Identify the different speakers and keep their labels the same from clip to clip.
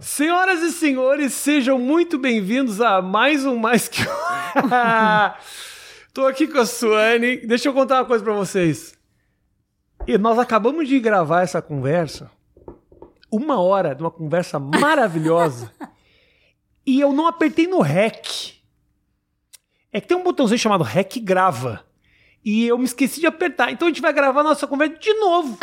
Speaker 1: Senhoras e senhores, sejam muito bem-vindos a mais um Mais Que. Um. Tô aqui com a Suane. Deixa eu contar uma coisa pra vocês. E nós acabamos de gravar essa conversa, uma hora de uma conversa maravilhosa, e eu não apertei no REC. É que tem um botãozinho chamado REC grava. E eu me esqueci de apertar. Então a gente vai gravar a nossa conversa de novo.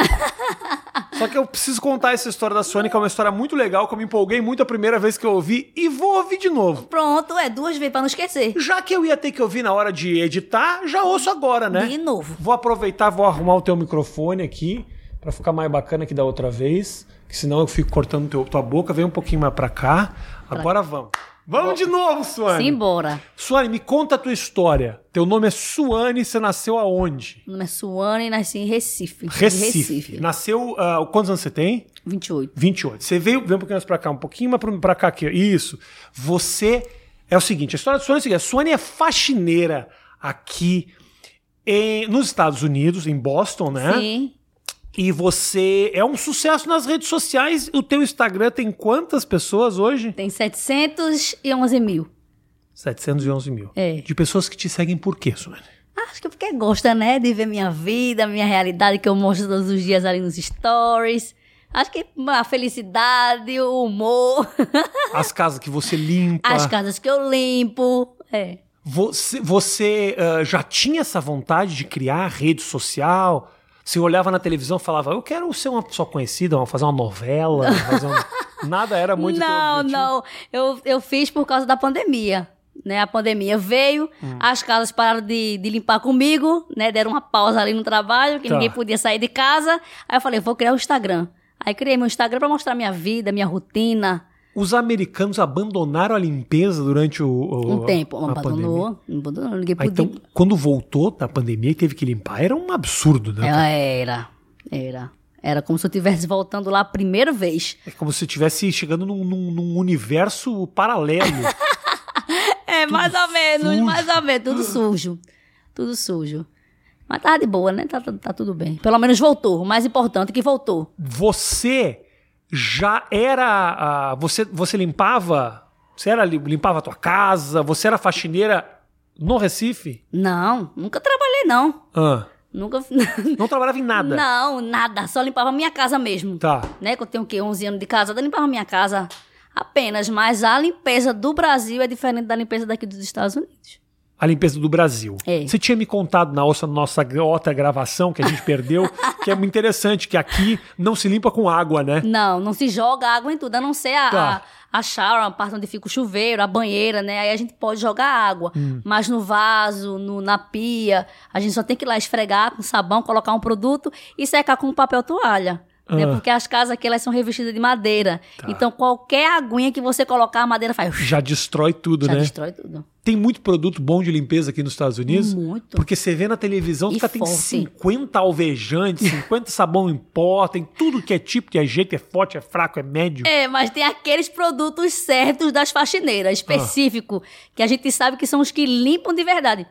Speaker 1: Só que eu preciso contar essa história da Sônia, que é uma história muito legal, que eu me empolguei muito a primeira vez que eu ouvi e vou ouvir de novo.
Speaker 2: Pronto, é duas vezes pra não esquecer.
Speaker 1: Já que eu ia ter que ouvir na hora de editar, já ouço agora, né?
Speaker 2: De novo.
Speaker 1: Vou aproveitar, vou arrumar o teu microfone aqui pra ficar mais bacana que da outra vez, que senão eu fico cortando teu, tua boca, vem um pouquinho mais pra cá. Agora vamos. Vamos de novo, Suane.
Speaker 2: Simbora.
Speaker 1: Suane, me conta a tua história. Teu nome é Suane, você nasceu aonde?
Speaker 2: Meu nome é Suane e nasci em Recife. de
Speaker 1: Recife.
Speaker 2: Recife.
Speaker 1: Nasceu, ah, quantos anos você tem?
Speaker 2: 28.
Speaker 1: 28. Você veio, veio um pouquinho mais pra cá, um pouquinho mais pra- pra cá aqui. Isso. Você é o seguinte, a história da Sônia é a seguinte, a Sônia é faxineira aqui em- nos Estados Unidos, em Boston, né?
Speaker 2: Sim.
Speaker 1: E você é um sucesso nas redes sociais. O teu Instagram tem quantas pessoas hoje?
Speaker 2: Tem 711 mil.
Speaker 1: 711 mil.
Speaker 2: É.
Speaker 1: De pessoas que te seguem por quê, Sônia?
Speaker 2: Acho que é porque gosta, né? De ver minha vida, minha realidade que eu mostro todos os dias ali nos stories. Acho que a felicidade, o humor,
Speaker 1: As casas que você limpa.
Speaker 2: as casas que eu limpo. É.
Speaker 1: Você, você, ah, já tinha essa vontade de criar rede social? Você olhava na televisão e falava, eu quero ser uma pessoa conhecida, uma- fazer uma novela, fazer um... Nada era muito teu
Speaker 2: não,
Speaker 1: objetivo.
Speaker 2: não. Eu, eu fiz por causa da pandemia. Né, a pandemia veio,
Speaker 1: Hum.
Speaker 2: as casas pararam de, de limpar comigo, né? Deram uma pausa ali no trabalho, que
Speaker 1: Tá.
Speaker 2: ninguém podia sair de casa. Aí eu falei, vou criar o Instagram. Aí criei meu Instagram pra mostrar minha vida, minha rotina.
Speaker 1: Os americanos abandonaram a limpeza durante o, o-
Speaker 2: um tempo.
Speaker 1: a pandemia.
Speaker 2: Abandonou, abandonou, ninguém
Speaker 1: Ah,
Speaker 2: podia.
Speaker 1: então, quando voltou da pandemia e teve que limpar, era um absurdo, né?
Speaker 2: É. Era, era. Era como se eu estivesse voltando lá a primeira vez.
Speaker 1: É como se estivesse chegando num, num- num universo paralelo.
Speaker 2: É, mais ou menos,
Speaker 1: sujo.
Speaker 2: mais ou menos. Tudo sujo. Tudo sujo. Mas tá de boa, né? Tá, tá- tá tudo bem. Pelo menos voltou. O mais importante é que voltou.
Speaker 1: você já era. ah, você, você limpava. Você era, li- limpava a tua casa, você era faxineira no Recife?
Speaker 2: Não, nunca trabalhei, não.
Speaker 1: Ah,
Speaker 2: Nunca.
Speaker 1: não trabalhava em nada.
Speaker 2: Não, nada. Só limpava minha casa mesmo.
Speaker 1: Tá.
Speaker 2: Né? Que eu tenho o quê? 11 anos de casada, limpava minha casa apenas. Mas a limpeza do Brasil é diferente da limpeza daqui dos Estados Unidos.
Speaker 1: A limpeza do Brasil.
Speaker 2: É.
Speaker 1: Você tinha me contado na nossa, nossa outra gravação que a gente perdeu, que é muito interessante, que aqui não se limpa com água, né?
Speaker 2: Não, não se joga água em tudo, a não ser a,
Speaker 1: Tá.
Speaker 2: a, a shower, a parte onde fica o chuveiro, a banheira, né? Aí a gente pode jogar água.
Speaker 1: Hum.
Speaker 2: Mas no vaso, no, na pia, a gente só tem que ir lá esfregar com sabão, colocar um produto e secar com papel toalha. Né?
Speaker 1: Ah.
Speaker 2: Porque as casas aqui elas são revestidas de madeira.
Speaker 1: Tá.
Speaker 2: Então qualquer aguinha que você colocar, a madeira faz.
Speaker 1: Já destrói tudo,
Speaker 2: Já
Speaker 1: né?
Speaker 2: destrói tudo.
Speaker 1: Tem muito produto bom de limpeza aqui nos Estados Unidos.
Speaker 2: Muito.
Speaker 1: Porque você vê na televisão,
Speaker 2: E
Speaker 1: os caras têm
Speaker 2: forte.
Speaker 1: 50 alvejantes, 50 sabão em pó, tem tudo que é tipo, que é jeito, é forte, é fraco, é médio.
Speaker 2: É, mas tem aqueles produtos certos das
Speaker 1: Ah.
Speaker 2: faxineiras, específico, que a gente sabe que são os que limpam de verdade.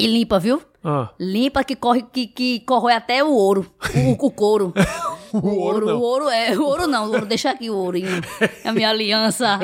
Speaker 2: E limpa, viu?
Speaker 1: Ah,
Speaker 2: Limpa que corre que, que corrói até o ouro, o, o couro.
Speaker 1: O ouro não.
Speaker 2: o ouro é, o ouro não, o ouro deixa aqui o ourinho. É a minha aliança.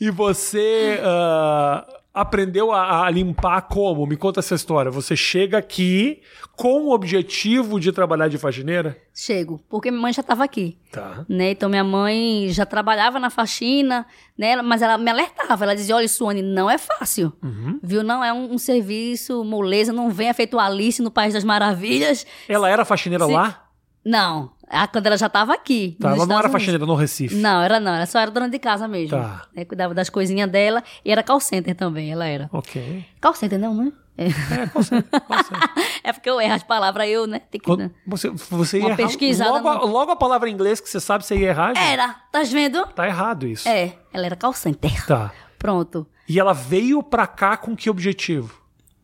Speaker 1: E você ah, aprendeu a, a limpar como? Me conta essa história. Você chega aqui com o objetivo de trabalhar de faxineira?
Speaker 2: Chego, porque minha mãe já estava aqui,
Speaker 1: Tá.
Speaker 2: né? Então minha mãe já trabalhava na faxina, né? Ela- Mas ela me alertava, ela dizia: "Olha, Suane, não é fácil".
Speaker 1: Uhum.
Speaker 2: Viu? Não é um, um serviço moleza, não venha feito Alice no País das Maravilhas.
Speaker 1: Ela era faxineira
Speaker 2: Sim.
Speaker 1: lá?
Speaker 2: Não, a quando ela já estava aqui.
Speaker 1: Tá,
Speaker 2: nos
Speaker 1: ela não era
Speaker 2: Estados Unidos.
Speaker 1: faxineira no Recife.
Speaker 2: Não, era não, ela só era dona de casa mesmo.
Speaker 1: Tá.
Speaker 2: Né, cuidava das coisinhas dela e era call center também, ela era.
Speaker 1: Ok.
Speaker 2: Call center não, né? É,
Speaker 1: É, com certeza, com certeza.
Speaker 2: é porque eu erro as palavras, eu, né? Tem que...
Speaker 1: Quando você, você ia
Speaker 2: Uma
Speaker 1: errar.
Speaker 2: pesquisada
Speaker 1: Logo, a-
Speaker 2: no-
Speaker 1: logo a palavra em inglês que você sabe, você ia errar. gente.
Speaker 2: Era, tá vendo?
Speaker 1: Tá errado isso.
Speaker 2: É, ela era call center.
Speaker 1: Tá.
Speaker 2: Pronto.
Speaker 1: E ela veio pra cá com que objetivo?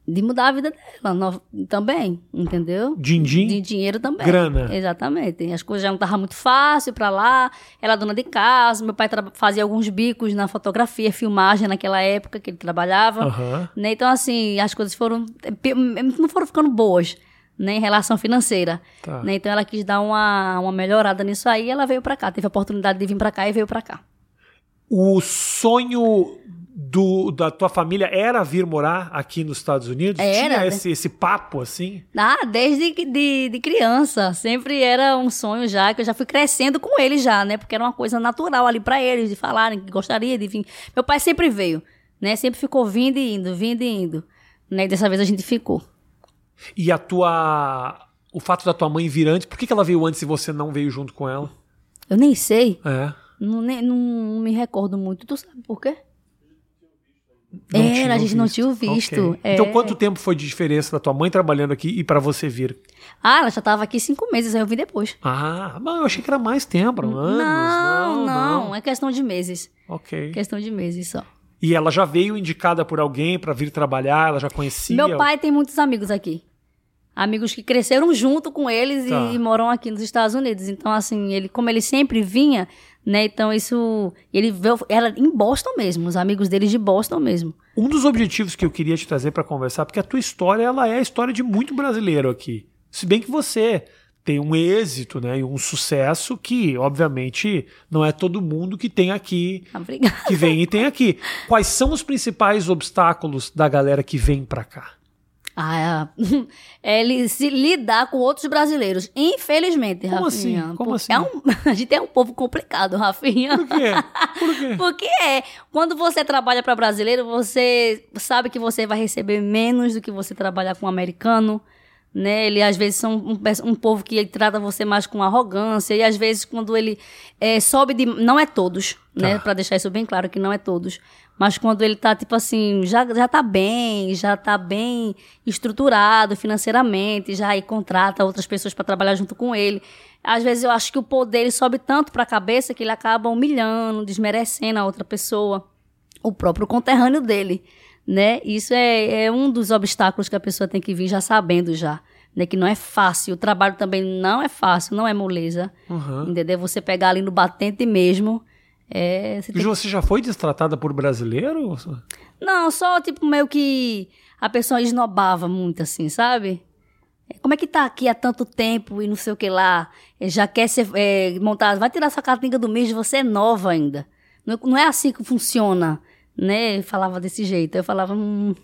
Speaker 2: De mudar a vida dela no- também, entendeu?
Speaker 1: Din-din?
Speaker 2: De dinheiro também.
Speaker 1: Grana.
Speaker 2: Exatamente. As coisas já não estavam muito fácil pra lá. Ela era dona de casa. Meu pai tra- fazia alguns bicos na fotografia, filmagem naquela época que ele trabalhava.
Speaker 1: Aham.
Speaker 2: eh, Né? Então, assim, as coisas foram. pe- Não foram hum, ficando boas. né, em relação financeira.
Speaker 1: Tá.
Speaker 2: né? Então ela quis dar uma, uma melhorada nisso aí, ela veio pra cá, teve a oportunidade de vir pra cá e veio pra cá.
Speaker 1: O sonho do, da tua família era vir morar aqui nos Estados Unidos?
Speaker 2: Era,
Speaker 1: Tinha
Speaker 2: né?
Speaker 1: esse, esse papo assim?
Speaker 2: Ah, desde que- de, de criança, sempre era um sonho já, que eu já fui crescendo com ele já, né? Porque era uma coisa natural ali pra eles, de falarem que gostaria de vir. Meu pai sempre veio, né? Sempre ficou vindo e indo, vindo e indo. Né? E dessa vez a gente ficou.
Speaker 1: E a tua. O fato da tua mãe vir antes, por que, que ela veio antes e você não veio junto com ela?
Speaker 2: Eu nem sei,
Speaker 1: É.
Speaker 2: não, nem- não, não me recordo muito. Tu sabe por quê?
Speaker 1: Não
Speaker 2: Era,
Speaker 1: tinha
Speaker 2: a gente não
Speaker 1: visto.
Speaker 2: tinha visto,
Speaker 1: Ok. Então,
Speaker 2: é.
Speaker 1: quanto tempo foi de diferença da tua mãe trabalhando aqui e pra você vir?
Speaker 2: Ah, ela já tava aqui cinco meses, aí eu vim depois.
Speaker 1: Ah, mas eu achei que era mais tempo, eram anos.
Speaker 2: não,
Speaker 1: não,
Speaker 2: não, é questão de meses.
Speaker 1: Ok.
Speaker 2: Questão de meses só.
Speaker 1: E ela já veio indicada por alguém pra vir trabalhar, ela já conhecia.
Speaker 2: Meu pai tem muitos amigos aqui. Amigos que cresceram junto com eles
Speaker 1: Tá.
Speaker 2: e, moram aqui nos Estados Unidos. Então, assim, ele, como ele sempre vinha, né? Então, isso. Ele veio. Era em Boston mesmo, os amigos dele de Boston mesmo.
Speaker 1: Um dos objetivos que eu queria te trazer para conversar, porque a tua história ela é a história de muito brasileiro aqui. Se bem que você tem um êxito, né, e um sucesso que, obviamente, não é todo mundo que tem aqui,
Speaker 2: Obrigada.
Speaker 1: que vem e tem aqui. Quais são os principais obstáculos da galera que vem para cá?
Speaker 2: Ah, é, ele se lidar com outros brasileiros. Infelizmente,
Speaker 1: Como
Speaker 2: Rafinha.
Speaker 1: assim? Como
Speaker 2: porque é
Speaker 1: assim?
Speaker 2: um- a gente é um povo complicado, Rafinha.
Speaker 1: Por quê? Por quê?
Speaker 2: Porque é, quando você trabalha para brasileiro, você sabe que você vai receber menos do que você trabalhar com um americano, né? Ele às vezes são um, pe- um povo que ele trata você mais com arrogância e às vezes quando ele é, sobe de, não é todos, né?
Speaker 1: Tá.
Speaker 2: Para deixar isso bem claro que não é todos, mas quando ele tá tipo assim, já já tá bem, já tá bem estruturado financeiramente, já aí contrata outras pessoas para trabalhar junto com ele. Às vezes eu acho que o poder ele sobe tanto para a cabeça que ele acaba humilhando, desmerecendo a outra pessoa, o próprio conterrâneo dele, né? Isso é, é um dos obstáculos que a pessoa tem que vir já sabendo já, né? Que não é fácil, o trabalho também não é fácil, não é moleza,
Speaker 1: Uhum.
Speaker 2: entendeu? Você pegar ali no batente mesmo, é, você tem
Speaker 1: Ju, Você já foi destratada por brasileiro?
Speaker 2: não, só tipo meio que a pessoa esnobava muito assim, sabe? É, Como é que tá aqui há tanto tempo e não sei o que lá? É, Já quer ser é, montar, vai tirar sua catinga do mês, você é nova ainda. Não, não é assim que funciona, né? Eu falava desse jeito. Eu falava, hum,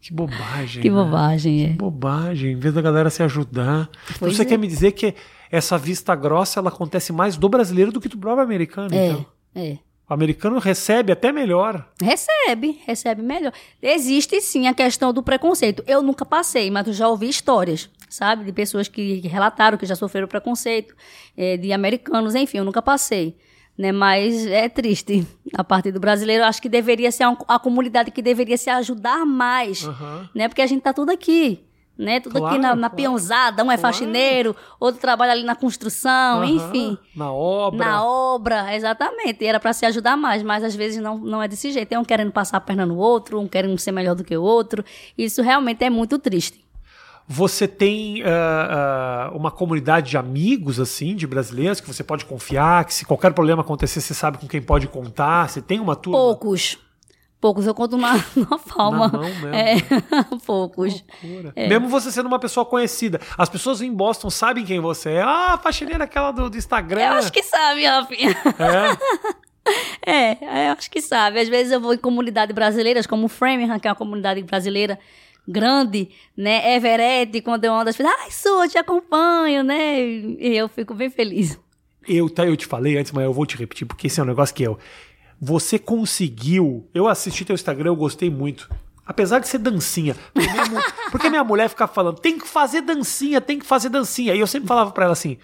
Speaker 1: Que bobagem.
Speaker 2: que
Speaker 1: né?
Speaker 2: bobagem, é.
Speaker 1: Bobagem, em vez da galera se ajudar. Então
Speaker 2: Pois
Speaker 1: você
Speaker 2: é.
Speaker 1: quer me dizer que essa vista grossa ela acontece mais do brasileiro do que do próprio americano, então?
Speaker 2: É, é.
Speaker 1: O americano recebe até melhor.
Speaker 2: Recebe, recebe melhor. Existe sim a questão do preconceito. Eu nunca passei, mas eu já ouvi histórias, sabe? De pessoas que relataram que já sofreram preconceito, eh, de americanos, enfim, eu nunca passei. Né? Mas é triste. A parte do brasileiro, eu acho que deveria ser a, a comunidade que deveria se ajudar mais
Speaker 1: Aham.
Speaker 2: né? Porque a gente tá tudo aqui, né? Tudo aqui na,
Speaker 1: Ah. Claro,
Speaker 2: na
Speaker 1: claro.
Speaker 2: peãozada, um é
Speaker 1: Claro.
Speaker 2: faxineiro, outro trabalha ali na construção,
Speaker 1: Aham.
Speaker 2: enfim.
Speaker 1: Na obra.
Speaker 2: Na obra, exatamente. E era pra se ajudar mais, mas às vezes não, não é desse jeito. É um querendo passar a perna no outro, um querendo ser melhor do que o outro. Isso realmente é muito triste.
Speaker 1: Você tem ah, ah, uma comunidade de amigos, assim, de brasileiros, que você pode confiar, que se qualquer problema acontecer, você sabe com quem pode contar. Você tem uma turma
Speaker 2: Poucos. Poucos, eu conto na, na
Speaker 1: na
Speaker 2: palma.
Speaker 1: mão mesmo.
Speaker 2: É, poucos.
Speaker 1: Loucura. Mesmo você sendo uma pessoa conhecida. As pessoas em Boston sabem quem você é. Ah, a faxineira aquela do, do Instagram.
Speaker 2: Eu acho que sabe, Rafinha.
Speaker 1: É.
Speaker 2: É, eu acho que sabe. Às vezes eu vou em comunidades brasileiras, como Framingham, que é uma comunidade brasileira grande, né? Everett, quando eu ando, as pessoas, ai, sua, eu te acompanho, né? E eu fico bem feliz.
Speaker 1: Eu, tá, eu te falei antes, mas eu vou te repetir, porque esse é um negócio que eu. Você conseguiu. Eu assisti teu Instagram, eu gostei muito. Apesar de ser dancinha. Porque minha, mu- porque minha mulher ficava falando, tem que fazer dancinha, tem que fazer dancinha. E eu sempre falava pra ela assim.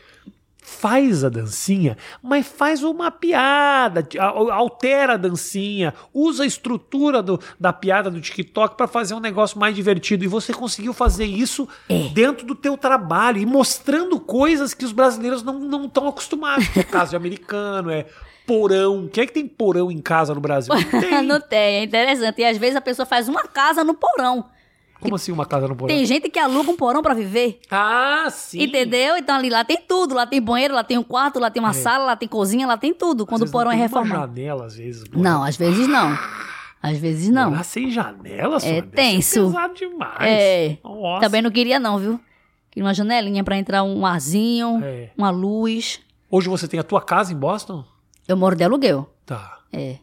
Speaker 1: Faz a dancinha, mas faz uma piada, de- a- altera a dancinha, usa a estrutura do- da piada do TikTok pra fazer um negócio mais divertido. E você conseguiu fazer isso
Speaker 2: É.
Speaker 1: dentro do teu trabalho e mostrando coisas que os brasileiros não não estão acostumados. Que é caso de americano, é porão. Quem é que tem porão em casa no Brasil? Não Tem.
Speaker 2: Não tem, é interessante. E às vezes a pessoa faz uma casa no porão.
Speaker 1: Como assim uma casa no porão?
Speaker 2: Tem gente que aluga um porão pra viver.
Speaker 1: Ah, sim.
Speaker 2: Entendeu? Então ali lá tem tudo. Lá tem banheiro, lá tem um quarto, lá tem uma sala, lá tem cozinha, lá tem tudo.
Speaker 1: É. Às
Speaker 2: Quando o
Speaker 1: vezes não
Speaker 2: porão é
Speaker 1: tem uma
Speaker 2: reformado.
Speaker 1: janela, às vezes. o porão.
Speaker 2: Não, às vezes não. Às vezes não. É
Speaker 1: Morar sem janela, só. deve ser
Speaker 2: tenso.
Speaker 1: pesado demais.
Speaker 2: É.
Speaker 1: Nossa.
Speaker 2: Também não queria, não, viu? Queria uma janelinha pra entrar um arzinho,
Speaker 1: É.
Speaker 2: uma luz.
Speaker 1: Hoje você tem a tua casa em Boston?
Speaker 2: Eu moro de aluguel.
Speaker 1: Tá.
Speaker 2: É.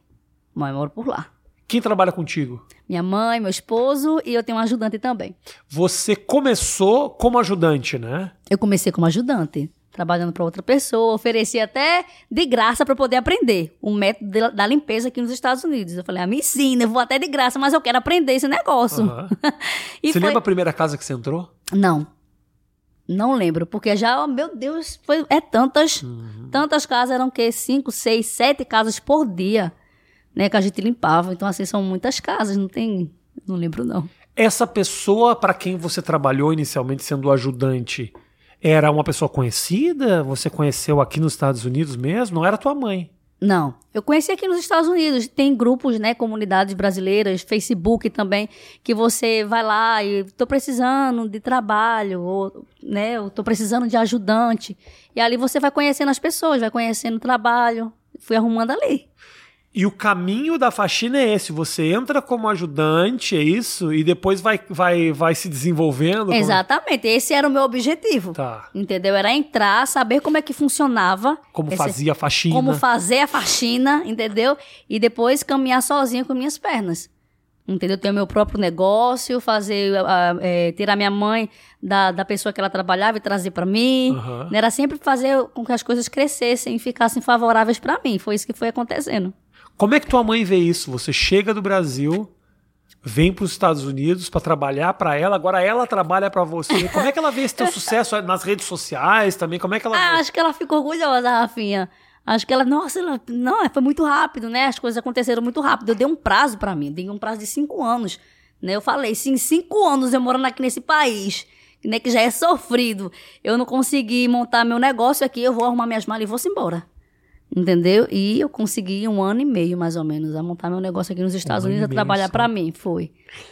Speaker 2: Mãe, eu moro por lá.
Speaker 1: Quem trabalha contigo?
Speaker 2: Minha mãe, meu esposo e eu tenho um ajudante também.
Speaker 1: Você começou como ajudante, né?
Speaker 2: Eu comecei como ajudante, trabalhando para outra pessoa, ofereci até de graça para poder aprender o método de- da limpeza aqui nos Estados Unidos. Eu falei, ah, me ensina, eu vou até de graça, mas eu quero aprender esse negócio.
Speaker 1: Aham.
Speaker 2: E
Speaker 1: você
Speaker 2: foi...
Speaker 1: lembra a primeira casa que você entrou?
Speaker 2: Não. Não lembro, porque já, oh, meu Deus, foi, é tantas,
Speaker 1: Uhum.
Speaker 2: tantas casas, eram o quê? Cinco, seis, sete casas por dia, né, que a gente limpava. Então, assim, são muitas casas, não tem, não lembro não.
Speaker 1: Essa pessoa para quem você trabalhou inicialmente sendo ajudante era uma pessoa conhecida? Você conheceu aqui nos Estados Unidos mesmo? Não era tua mãe?
Speaker 2: Não. Eu conheci aqui nos Estados Unidos. Tem grupos, né? Comunidades brasileiras, Facebook também, que você vai lá e tô precisando de trabalho, ou, né? Eu tô precisando de ajudante. E ali você vai conhecendo as pessoas, vai conhecendo o trabalho. Fui arrumando ali.
Speaker 1: E o caminho da faxina é esse: você entra como ajudante, é isso, e depois vai, vai, vai se desenvolvendo. como-
Speaker 2: Exatamente. Esse era o meu objetivo.
Speaker 1: Tá.
Speaker 2: Entendeu? Era entrar, saber como é que funcionava.
Speaker 1: Como
Speaker 2: esse- é
Speaker 1: fazia a faxina.
Speaker 2: Como fazer a faxina, entendeu? E depois caminhar sozinha com minhas pernas. Entendeu? Ter o meu próprio negócio, fazer, ah, eh, tirar minha mãe da, da pessoa que ela trabalhava e trazer pra mim. Né?
Speaker 1: Aham.
Speaker 2: Era sempre fazer com que as coisas crescessem e ficassem favoráveis pra mim. Foi isso que foi acontecendo.
Speaker 1: Como é que tua mãe vê isso? Você chega do Brasil, vem para os Estados Unidos para trabalhar para ela, agora ela trabalha para você. Como é que ela vê esse teu sucesso nas redes sociais também? Como é que ela
Speaker 2: Ah,
Speaker 1: vê?
Speaker 2: acho que ela ficou orgulhosa, Rafinha. Acho que ela, nossa, ela, não, é, foi muito rápido, né? As coisas aconteceram muito rápido. Eu dei um prazo pra mim, dei um prazo de cinco anos. Né? Eu falei, sim, cinco anos eu morando aqui nesse país, né? Que já é sofrido. Eu não consegui montar meu negócio aqui, eu vou arrumar minhas malas e vou embora. Entendeu? E eu consegui um ano e meio, mais ou menos, a montar meu negócio aqui nos Estados
Speaker 1: Um ano e
Speaker 2: Unidos, a
Speaker 1: meio,
Speaker 2: trabalhar
Speaker 1: sim.
Speaker 2: pra mim. Foi.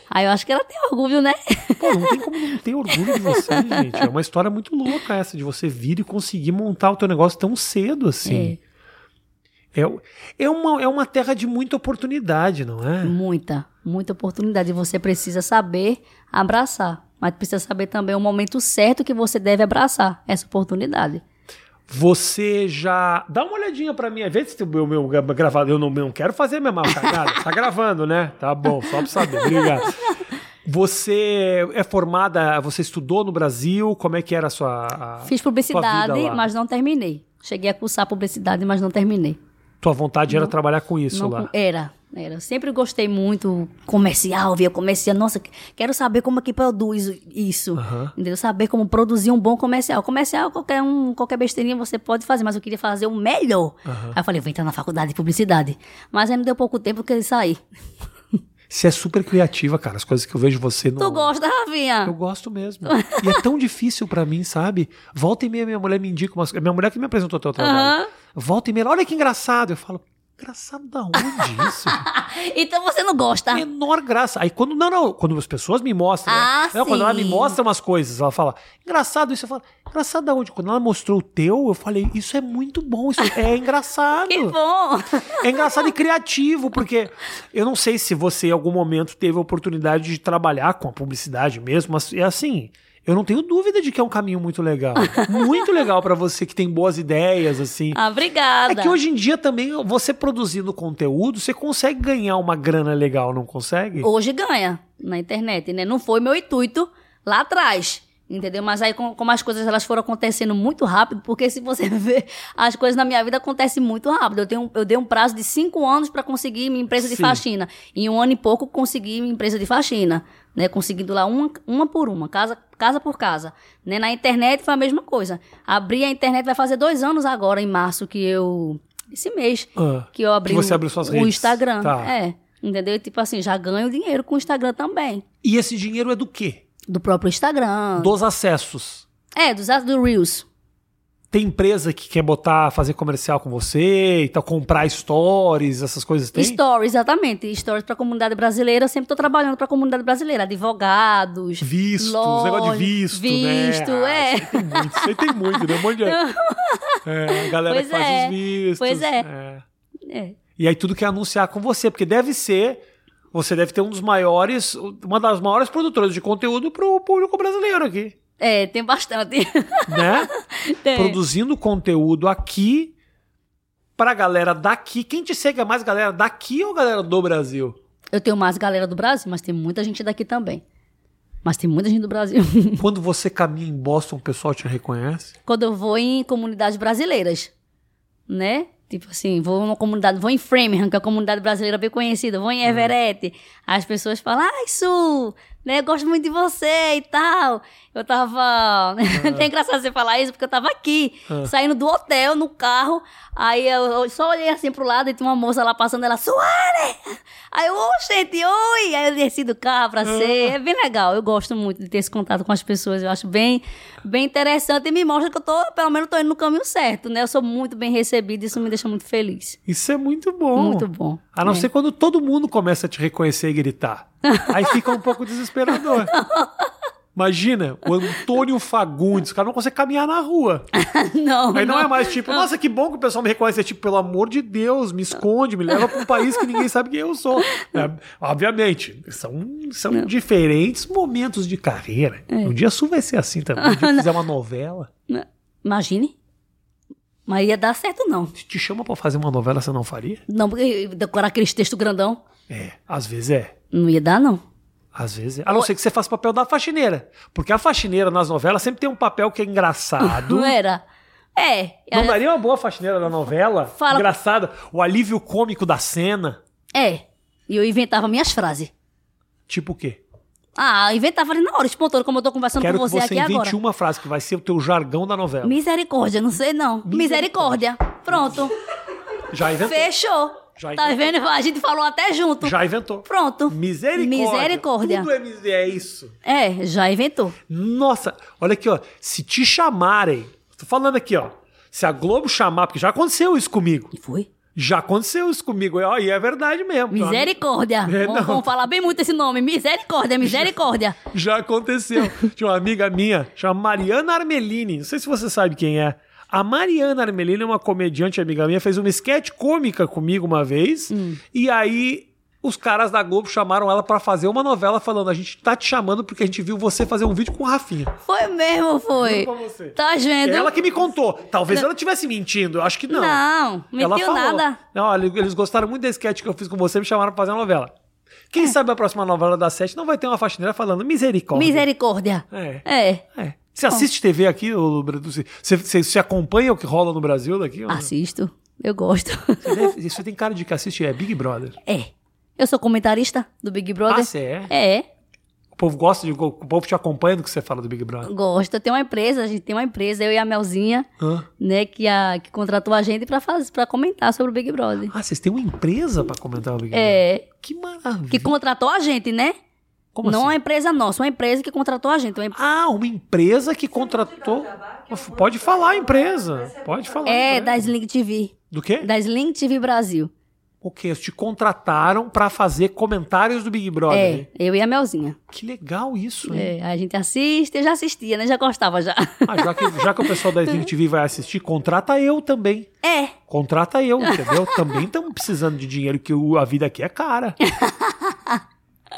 Speaker 2: Aí eu acho que ela tem orgulho, né?
Speaker 1: Pô, não tem como não ter orgulho de você, gente. É uma história muito louca essa de você vir e conseguir montar o teu negócio tão cedo assim. É, é, uma, é uma terra de muita oportunidade, não é?
Speaker 2: Muita, muita oportunidade. E você precisa saber abraçar. Mas precisa saber também o momento certo que você deve abraçar essa oportunidade.
Speaker 1: Você já. Dá uma olhadinha pra mim. Vê se o meu, meu gra- gravado. Eu não, não quero fazer a mesma cagada. tá gravando, né? Tá bom, só pra saber. Obrigado. Você é formada. Você estudou no Brasil? Como é que era a sua. a-
Speaker 2: Fiz
Speaker 1: tua
Speaker 2: publicidade,
Speaker 1: vida lá.
Speaker 2: mas não terminei. Cheguei a cursar publicidade, mas não terminei.
Speaker 1: Tua vontade era trabalhar com isso
Speaker 2: Não-
Speaker 1: lá.
Speaker 2: Era, era. Eu sempre gostei muito comercial, via comercial. Nossa, que- quero saber como é que produz isso.
Speaker 1: Aham.
Speaker 2: Entendeu? Saber como produzir um bom comercial. Comercial, qualquer um, qualquer besteirinha você pode fazer, mas eu queria fazer o melhor.
Speaker 1: Aham.
Speaker 2: Aí eu falei, vou entrar na faculdade de publicidade. Mas aí me deu pouco tempo que ele saí.
Speaker 1: Você é super criativa, cara. As coisas que eu vejo você não.
Speaker 2: Tu gosta,
Speaker 1: Eu
Speaker 2: Ravinha?
Speaker 1: gosto mesmo. E é tão difícil pra mim, sabe? Volta e meia, minha mulher me indica umas coisas. Minha mulher que me apresentou o teu trabalho.
Speaker 2: Aham.
Speaker 1: Volta e meia, olha que engraçado. Eu falo, engraçado da onde isso?
Speaker 2: Então você não gosta.
Speaker 1: menor graça. Aí quando. Não, não. Quando as pessoas me mostram. né?
Speaker 2: Ah,
Speaker 1: Não, Quando ela
Speaker 2: sim.
Speaker 1: me mostra umas coisas, ela fala, engraçado isso. Eu falo, engraçado da onde? Quando ela mostrou o teu, eu falei, isso é muito bom, isso é engraçado.
Speaker 2: Que bom.
Speaker 1: É engraçado e criativo, porque eu não sei se você em algum momento teve a oportunidade de trabalhar com a publicidade mesmo, mas é assim. Eu não tenho dúvida de que é um caminho muito legal. Muito legal pra você que tem boas ideias, assim.
Speaker 2: Ah, obrigada.
Speaker 1: É que hoje em dia também você produzindo conteúdo, você consegue ganhar uma grana legal, não consegue?
Speaker 2: Hoje ganha na internet, né? Não foi meu intuito lá atrás, entendeu? Mas aí com- como as coisas elas foram acontecendo muito rápido, porque se você ver as coisas na minha vida acontecem muito rápido. Eu tenho eu dei um prazo de cinco anos para conseguir minha empresa de
Speaker 1: Sim.
Speaker 2: faxina. Em um ano e pouco consegui minha empresa de faxina, né? Conseguindo lá uma, uma por uma, casa casa por casa, né? Na internet foi a mesma coisa. Abri a internet vai fazer dois anos agora em março que eu esse mês
Speaker 1: Ah,
Speaker 2: que eu abri
Speaker 1: que você
Speaker 2: o,
Speaker 1: abriu suas
Speaker 2: o
Speaker 1: redes.
Speaker 2: Instagram.
Speaker 1: Tá.
Speaker 2: É. Entendeu? E, Tipo assim, já ganho dinheiro com o Instagram também.
Speaker 1: E esse dinheiro é do quê?
Speaker 2: Do próprio Instagram.
Speaker 1: Dos acessos.
Speaker 2: É, dos atos do Reels.
Speaker 1: Tem empresa que quer botar, fazer comercial com você e tal, comprar stories, essas coisas tem?
Speaker 2: Stories, exatamente. Stories pra comunidade brasileira. Eu sempre tô trabalhando pra comunidade brasileira. Advogados.
Speaker 1: Vistos,
Speaker 2: Lol,
Speaker 1: negócio de visto, né?
Speaker 2: visto,
Speaker 1: Ah,
Speaker 2: é.
Speaker 1: Isso aí tem muito, isso aí tem muito, né? Um monte de... É, a galera
Speaker 2: Pois
Speaker 1: que faz
Speaker 2: é,
Speaker 1: os vistos.
Speaker 2: pois é.
Speaker 1: é.
Speaker 2: É.
Speaker 1: E aí tudo quer anunciar com você, porque deve ser Você deve ter um dos maiores, uma das maiores produtoras de conteúdo para o público brasileiro aqui,
Speaker 2: É, tem bastante.
Speaker 1: né?
Speaker 2: Tem.
Speaker 1: Produzindo conteúdo aqui para a galera daqui. Quem te segue é mais galera daqui ou galera do Brasil?
Speaker 2: Eu tenho mais galera do Brasil, mas tem muita gente daqui também. Mas tem muita gente do Brasil.
Speaker 1: Quando você caminha em Boston, o pessoal te reconhece?
Speaker 2: Quando eu vou em comunidades brasileiras, né? Tipo assim, vou numa comunidade, vou em Framingham, que é uma comunidade brasileira bem conhecida, vou em Everett. As pessoas falam, ai, Su, né? Gosto muito de você e tal. Eu tava. Tem engraçado você falar isso, porque eu tava aqui, saindo do hotel, no carro. Aí eu, eu só olhei assim pro lado e tinha uma moça lá passando, ela, Suane! Aí eu, ô, gente, oi! Aí eu desci do carro
Speaker 1: Ah.
Speaker 2: pra ser. É bem legal. Eu gosto muito de ter esse contato com as pessoas. Eu acho bem, bem interessante e me mostra que eu tô, pelo menos, tô indo no caminho certo, né? Eu sou muito bem recebida e isso me deixa muito feliz.
Speaker 1: Isso é muito bom.
Speaker 2: Muito bom.
Speaker 1: A não
Speaker 2: É.
Speaker 1: ser quando todo mundo começa a te reconhecer e gritar. Aí fica um pouco desesperador. Imagina, o Antônio Fagundes, o cara não consegue caminhar na rua.
Speaker 2: não,
Speaker 1: Aí não,
Speaker 2: não.
Speaker 1: é mais tipo, nossa, que bom que o pessoal me reconhece. É tipo, pelo amor de Deus, me esconde, me leva para um país que ninguém sabe quem eu sou. É, obviamente, são, são diferentes momentos de carreira.
Speaker 2: É.
Speaker 1: Um dia a sua vai ser assim também. Um dia que fizer uma novela,
Speaker 2: Imagine. Mas ia dar certo, não.
Speaker 1: se te chama para fazer uma novela, você não faria?
Speaker 2: Não, porque decorar aqueles textos grandão,
Speaker 1: É, às vezes é.
Speaker 2: não ia dar, não.
Speaker 1: Às vezes. é. A não ser que você faça papel da faxineira. Porque a faxineira nas novelas sempre tem um papel que é engraçado.
Speaker 2: Não era. É.
Speaker 1: Não daria uma boa faxineira na novela?
Speaker 2: Fala-
Speaker 1: Engraçada. O alívio cômico da cena.
Speaker 2: É. E eu inventava minhas frases.
Speaker 1: Tipo o quê?
Speaker 2: Ah, inventava ali na hora, espontâneo, como eu tô conversando
Speaker 1: Quero
Speaker 2: com você,
Speaker 1: que você
Speaker 2: aqui
Speaker 1: invente um.
Speaker 2: agora.
Speaker 1: uma frase que vai ser o teu jargão da novela.
Speaker 2: Misericórdia, não sei não. Misericórdia. Pronto.
Speaker 1: Já inventou.
Speaker 2: Fechou.
Speaker 1: Já
Speaker 2: tá vendo? A gente falou até junto.
Speaker 1: Já inventou.
Speaker 2: Pronto.
Speaker 1: Misericórdia.
Speaker 2: Misericórdia.
Speaker 1: Tudo é, mis- é isso.
Speaker 2: É, já inventou.
Speaker 1: Nossa, olha aqui, ó. Se te chamarem. Tô falando aqui, ó. Se a Globo chamar, porque já aconteceu isso comigo.
Speaker 2: E foi.
Speaker 1: Já aconteceu isso comigo. ó, E é verdade mesmo. Tem uma amiga
Speaker 2: Misericórdia.
Speaker 1: É,
Speaker 2: vamos,
Speaker 1: não.
Speaker 2: vamos falar bem muito esse nome. Misericórdia, misericórdia.
Speaker 1: Já aconteceu. Tinha uma amiga minha, chama Mariana Armelini. Não sei se você sabe quem é. A Mariana Armelini é uma comediante amiga minha, fez uma sketch cômica comigo uma vez. E aí os caras da Globo chamaram ela pra fazer uma novela falando: "A gente tá te chamando porque a gente viu você fazer um vídeo com o Rafinha".
Speaker 2: Foi mesmo,
Speaker 1: Juro
Speaker 2: foi.
Speaker 1: pra você.
Speaker 2: Tá vendo?
Speaker 1: Ela que me contou. Talvez ela estivesse mentindo, eu acho que não.
Speaker 2: Não,
Speaker 1: ela
Speaker 2: mentiu
Speaker 1: falou.
Speaker 2: nada.
Speaker 1: Não, olha, eles gostaram muito da sketch que eu fiz com você, me chamaram pra fazer uma novela. Quem sabe a próxima novela da sete não vai ter uma faxineira falando misericórdia.
Speaker 2: Misericórdia.
Speaker 1: É.
Speaker 2: É.
Speaker 1: É. Você assiste TV aqui, ô, Lu- você, você, você acompanha o que rola no Brasil daqui? ou não?
Speaker 2: Assisto. Eu gosto.
Speaker 1: Você deve- Isso tem cara de que assiste, é Big Brother.
Speaker 2: É. Eu sou comentarista do Big Brother.
Speaker 1: Ah, você é?
Speaker 2: É.
Speaker 1: O povo gosta de. O povo te acompanha do que você fala do Big Brother.
Speaker 2: Gosto. Eu tenho uma empresa, a gente tem uma empresa, eu e a Melzinha,
Speaker 1: Hã?
Speaker 2: né, que, a, que contratou a gente pra, fazer, pra comentar sobre o Big Brother.
Speaker 1: Ah, vocês têm uma empresa pra comentar o Big Brother?
Speaker 2: É.
Speaker 1: Que maravilha.
Speaker 2: Que contratou a gente, né?
Speaker 1: Como
Speaker 2: não é
Speaker 1: assim?
Speaker 2: uma empresa nossa, uma empresa que contratou a gente. Uma em-
Speaker 1: Ah, uma empresa que contratou. Pode falar, empresa. Pode falar.
Speaker 2: É,
Speaker 1: empresa.
Speaker 2: da Sling TV.
Speaker 1: Do quê?
Speaker 2: Da Sling TV Brasil.
Speaker 1: O quê? Eles te contrataram pra fazer comentários do Big Brother.
Speaker 2: É, eu e a Melzinha.
Speaker 1: Que legal isso, hein?
Speaker 2: É, a gente assiste, eu já assistia, né? Já gostava já.
Speaker 1: Ah, já que, já que o pessoal da Sling TV vai assistir, contrata eu também.
Speaker 2: É,
Speaker 1: Contrata eu, entendeu? Também estamos precisando de dinheiro, que o- a vida aqui é cara.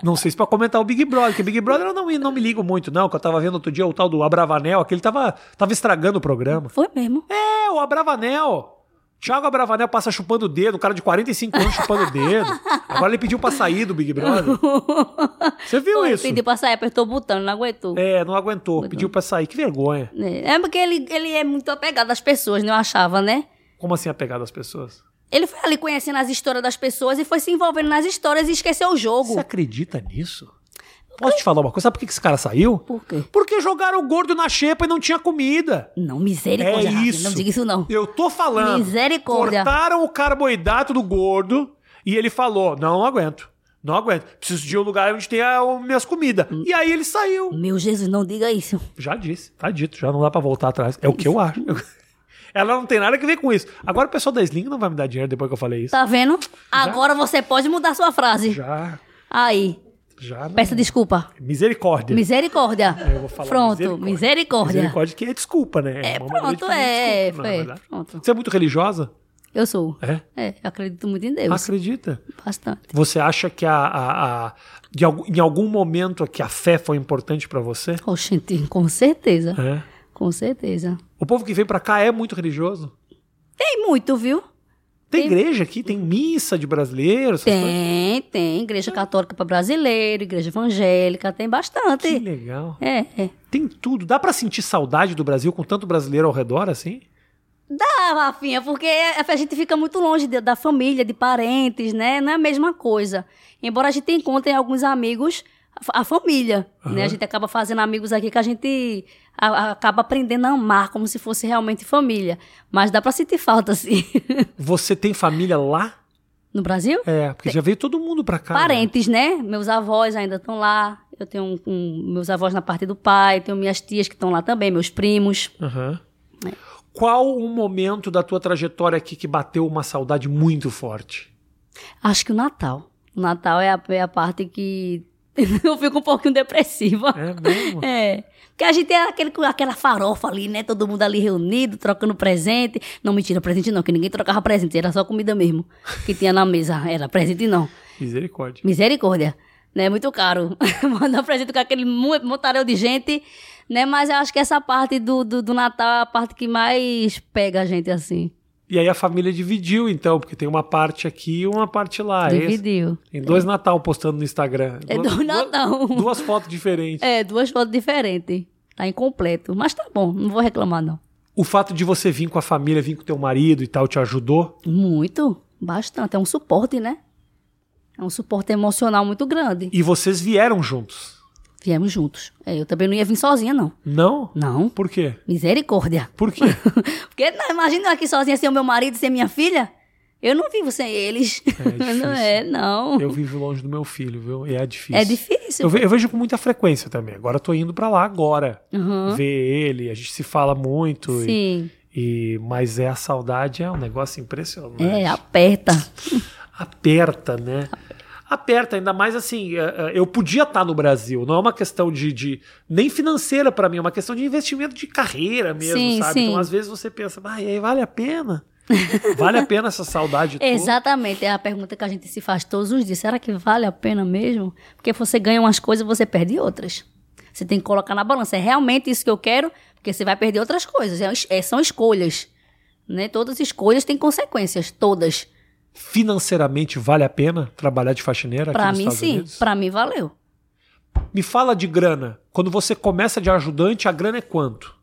Speaker 1: Não sei se pra comentar o Big Brother, que Big Brother eu não, me- não me ligo muito, não, que eu tava vendo outro dia o tal do Abravanel, aquele tava, tava estragando o programa.
Speaker 2: foi mesmo.
Speaker 1: É, o Abravanel. Thiago Abravanel passa chupando o dedo, um cara de 45 anos chupando o dedo. Agora ele pediu pra sair do Big Brother. Você viu
Speaker 2: Foi, tipo,
Speaker 1: isso?
Speaker 2: Pediu pra sair, apertou o botão, não aguentou. É.
Speaker 1: É, não aguentou, pediu pra sair. Que vergonha.
Speaker 2: É porque ele, ele é muito apegado às pessoas, né? Eu achava, né?
Speaker 1: Como assim a pegada das pessoas?
Speaker 2: Ele foi ali conhecendo as histórias das pessoas e foi se envolvendo nas histórias e esqueceu o jogo.
Speaker 1: Você acredita nisso? Posso te falar uma coisa? Sabe por que que esse cara saiu?
Speaker 2: Por quê?
Speaker 1: Porque jogaram o gordo na xepa e não tinha comida.
Speaker 2: Não,
Speaker 1: É
Speaker 2: misericórdia. Rafa,
Speaker 1: isso.
Speaker 2: Não diga isso, não.
Speaker 1: Eu tô falando.
Speaker 2: Oh. Misericórdia.
Speaker 1: Cortaram o carboidrato do gordo e ele falou: não, não aguento. Não aguento. Preciso de um lugar onde tenha ah, minhas comidas.
Speaker 2: Hum.
Speaker 1: E aí ele saiu.
Speaker 2: Meu Jesus, não diga isso.
Speaker 1: Já disse, tá dito, já não dá pra voltar atrás. É o que eu acho. Ela não tem nada a ver com isso. Agora o pessoal da Sling não vai me dar dinheiro depois que eu falei isso.
Speaker 2: Tá vendo? Agora você pode mudar sua frase.
Speaker 1: Já,
Speaker 2: Aí,
Speaker 1: já. não-
Speaker 2: peça desculpa.
Speaker 1: Misericórdia.
Speaker 2: Misericórdia.
Speaker 1: É. Eu vou falar
Speaker 2: Pronto,
Speaker 1: misericórdia.
Speaker 2: misericórdia.
Speaker 1: Misericórdia que é desculpa, né?
Speaker 2: É,
Speaker 1: uma maneira de
Speaker 2: pronto,
Speaker 1: pedir
Speaker 2: é,
Speaker 1: desculpa, na
Speaker 2: foi,
Speaker 1: verdade.
Speaker 2: pronto.
Speaker 1: Você é muito religiosa?
Speaker 2: Eu sou.
Speaker 1: É?
Speaker 2: É, eu acredito muito em Deus.
Speaker 1: Acredita?
Speaker 2: Bastante.
Speaker 1: Você acha que a, a- a- de algu- em algum momento que a fé foi importante pra você?
Speaker 2: Oxente, com certeza.
Speaker 1: É.
Speaker 2: Com certeza.
Speaker 1: O povo que vem pra cá é muito religioso?
Speaker 2: Tem muito, viu?
Speaker 1: Tem, igreja aqui? Tem missa de brasileiros? essas coisas?
Speaker 2: Tem, tem. Igreja católica para brasileiro, igreja evangélica, tem
Speaker 1: Que
Speaker 2: bastante.
Speaker 1: legal.
Speaker 2: É, é.
Speaker 1: Tem tudo. Dá pra sentir saudade do Brasil com tanto brasileiro ao redor assim?
Speaker 2: Dá, Ah, Rafinha, porque é, a gente fica muito longe de- da família, de parentes, né? Não é a mesma coisa. Embora a gente encontre alguns amigos, a fa- a família, né?
Speaker 1: Aham.
Speaker 2: A gente acaba fazendo amigos aqui que a gente a- a- acaba aprendendo a amar como se fosse realmente família. Mas dá pra sentir falta, assim.
Speaker 1: Você tem família lá?
Speaker 2: No Brasil?
Speaker 1: É, porque já veio todo mundo pra cá. né?
Speaker 2: parentes, né? Meus avós ainda estão lá. Eu tenho um- um- meus avós na parte do pai, tenho minhas tias que estão lá também, meus primos.
Speaker 1: Aham.
Speaker 2: É.
Speaker 1: Qual o momento da tua trajetória aqui que bateu uma saudade muito forte?
Speaker 2: Acho que o Natal. O Natal é a, é a parte que eu fico um pouquinho depressiva.
Speaker 1: É mesmo?
Speaker 2: É. Porque a gente é aquele, aquela farofa ali, né? Todo mundo ali reunido, trocando presente. Não, mentira, presente não, que ninguém trocava presente, era só comida mesmo que tinha na mesa. Era presente não.
Speaker 1: Misericórdia.
Speaker 2: Misericórdia. Né? Muito caro. Mandar um presente com aquele mu- montaréu de gente. Né? Mas eu acho que essa parte do, do, do Natal é a parte que mais pega a gente assim.
Speaker 1: E aí a família dividiu, então, porque tem uma parte aqui e uma parte lá. é isso?
Speaker 2: Dividiu.
Speaker 1: Tem dois Natal postando no Instagram.
Speaker 2: É
Speaker 1: Duas-
Speaker 2: do
Speaker 1: duas-
Speaker 2: Natal.
Speaker 1: Duas fotos diferentes.
Speaker 2: É, duas fotos diferentes. Tá incompleto. Mas tá bom, não vou reclamar, não.
Speaker 1: O fato de você vir com a família, vir com teu marido e tal, te ajudou?
Speaker 2: Muito, bastante. É um suporte, né? É um suporte emocional muito grande.
Speaker 1: E vocês vieram juntos?
Speaker 2: Viemos juntos. É, eu também não ia vir sozinha, não.
Speaker 1: Não?
Speaker 2: Não.
Speaker 1: Por quê?
Speaker 2: Misericórdia.
Speaker 1: Por quê?
Speaker 2: Porque não, imagina eu aqui sozinha sem o meu marido, sem minha filha. Eu não vivo sem eles.
Speaker 1: difícil.
Speaker 2: não é, não.
Speaker 1: Eu vivo longe do meu filho, viu? E é difícil.
Speaker 2: é difícil.
Speaker 1: Eu, ve- eu vejo com muita frequência também. Agora eu tô indo pra lá agora.
Speaker 2: Aham.
Speaker 1: Ver ele, a gente se fala muito. E,
Speaker 2: Sim.
Speaker 1: e- mas é a saudade, é um negócio impressionante.
Speaker 2: É, aperta.
Speaker 1: Aperta, né? Aperta, ainda mais assim. é, é, Eu podia estar no Brasil, não é uma questão de. de- nem financeira pra mim, é uma questão de investimento de carreira mesmo,
Speaker 2: Sim,
Speaker 1: sabe?
Speaker 2: sim.
Speaker 1: Então às vezes você pensa, mas aí vale a pena? vale a pena essa saudade toda?
Speaker 2: Exatamente. É a pergunta que a gente se faz todos os dias. Será que vale a pena mesmo? Porque você ganha umas coisas, você perde outras. Você tem que colocar na balança. É realmente isso que eu quero? Porque você vai perder outras coisas. É es- é- são escolhas. Né? Todas as escolhas têm consequências. Todas.
Speaker 1: Financeiramente vale a pena trabalhar de faxineira
Speaker 2: Pra
Speaker 1: aqui nos
Speaker 2: mim,
Speaker 1: Estados
Speaker 2: sim.
Speaker 1: Unidos?
Speaker 2: Pra mim, valeu.
Speaker 1: Me fala de grana. Quando você começa de ajudante, a grana é quanto?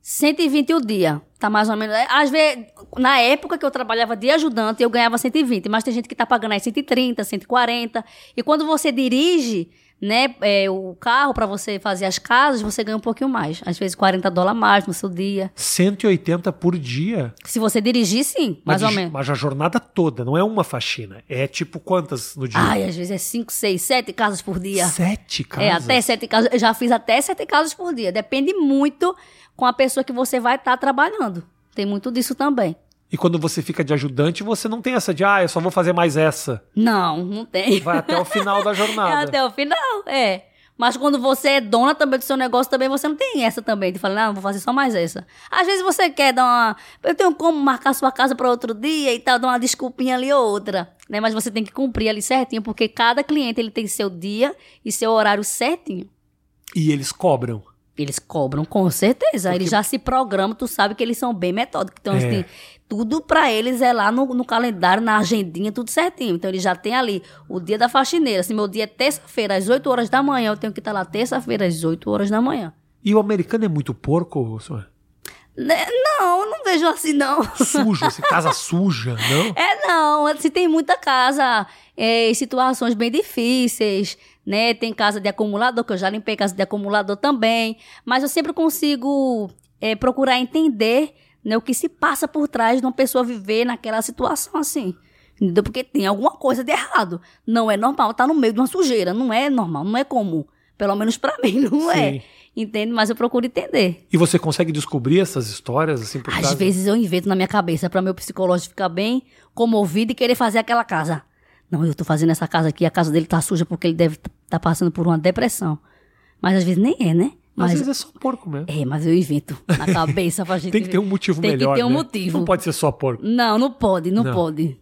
Speaker 2: 120 o dia, tá mais ou menos. é, Às vezes, na época que eu trabalhava de ajudante, eu ganhava 120, mas tem gente que tá pagando aí 130, 140. E quando você dirige, né, é, o carro pra você fazer as casas, você ganha um pouquinho mais. Às vezes 40 dólares a mais no seu dia.
Speaker 1: 180 por dia.
Speaker 2: Se você dirigir, sim, mais
Speaker 1: mas,
Speaker 2: ou
Speaker 1: de-
Speaker 2: menos.
Speaker 1: Mas a jornada toda, não é uma faxina. É tipo quantas no dia?
Speaker 2: Ai, às vezes é 5, 6, 7 casas por dia.
Speaker 1: Sete
Speaker 2: É,
Speaker 1: casas.
Speaker 2: até sete casas. Eu já fiz até sete casas por dia. Depende muito com a pessoa que você vai estar trabalhando. Tem muito disso também.
Speaker 1: E quando você fica de ajudante, você não tem essa de, ah, eu só vou fazer mais essa.
Speaker 2: Não, não tem.
Speaker 1: Vai até o final da
Speaker 2: É
Speaker 1: jornada.
Speaker 2: até o final, é. Mas quando você é dona também do seu negócio, também você não tem essa também. De falar, não, vou fazer só mais essa. Às vezes você quer dar uma. Eu tenho como marcar sua casa para outro dia e tal, dar uma desculpinha ali ou outra. Né? Mas você tem que cumprir ali certinho, porque cada cliente ele tem seu dia e seu horário certinho.
Speaker 1: E eles cobram.
Speaker 2: Eles cobram, com certeza.
Speaker 1: Porque-
Speaker 2: Eles já se programam, tu sabe que eles são bem metódicos. Então,
Speaker 1: É.
Speaker 2: assim, tudo pra eles é lá no, no calendário, na agendinha, tudo certinho. Então, eles já têm ali o dia da faxineira. Se meu dia é terça-feira, às 8 horas da manhã, eu tenho que estar lá terça-feira, às 8 horas da manhã.
Speaker 1: E o americano é muito porco, senhor?
Speaker 2: Né? Não, eu não vejo assim, não.
Speaker 1: Sujo, esse casa suja, não?
Speaker 2: É, não. Se tem muita casa é, em situações bem difíceis, né? Tem casa de acumulador, que eu já limpei casa de acumulador também. Mas eu sempre consigo é, procurar entender né, o que se passa por trás de uma pessoa viver naquela situação assim. Entendeu? Porque tem alguma coisa de errado. Não é normal tá no meio de uma sujeira. Não é normal, não é comum. Pelo menos pra mim, não
Speaker 1: Sim.
Speaker 2: é. Entende? Mas eu procuro entender.
Speaker 1: E você consegue descobrir essas histórias assim por
Speaker 2: Às
Speaker 1: trás?
Speaker 2: vezes eu invento na minha cabeça pra meu psicológico ficar bem comovido e querer fazer aquela casa. Não, eu tô fazendo tá essa casa aqui, a casa dele tá suja porque ele deve estar passando por uma depressão. Mas às vezes nem é, né?
Speaker 1: Às
Speaker 2: Mas
Speaker 1: vezes é só porco mesmo.
Speaker 2: é, mas eu invento na cabeça pra gente.
Speaker 1: Tem que ter um motivo
Speaker 2: Tem que
Speaker 1: melhor.
Speaker 2: ter um
Speaker 1: né?
Speaker 2: motivo.
Speaker 1: Não pode ser só porco.
Speaker 2: Não, não pode, não,
Speaker 1: Não.
Speaker 2: pode.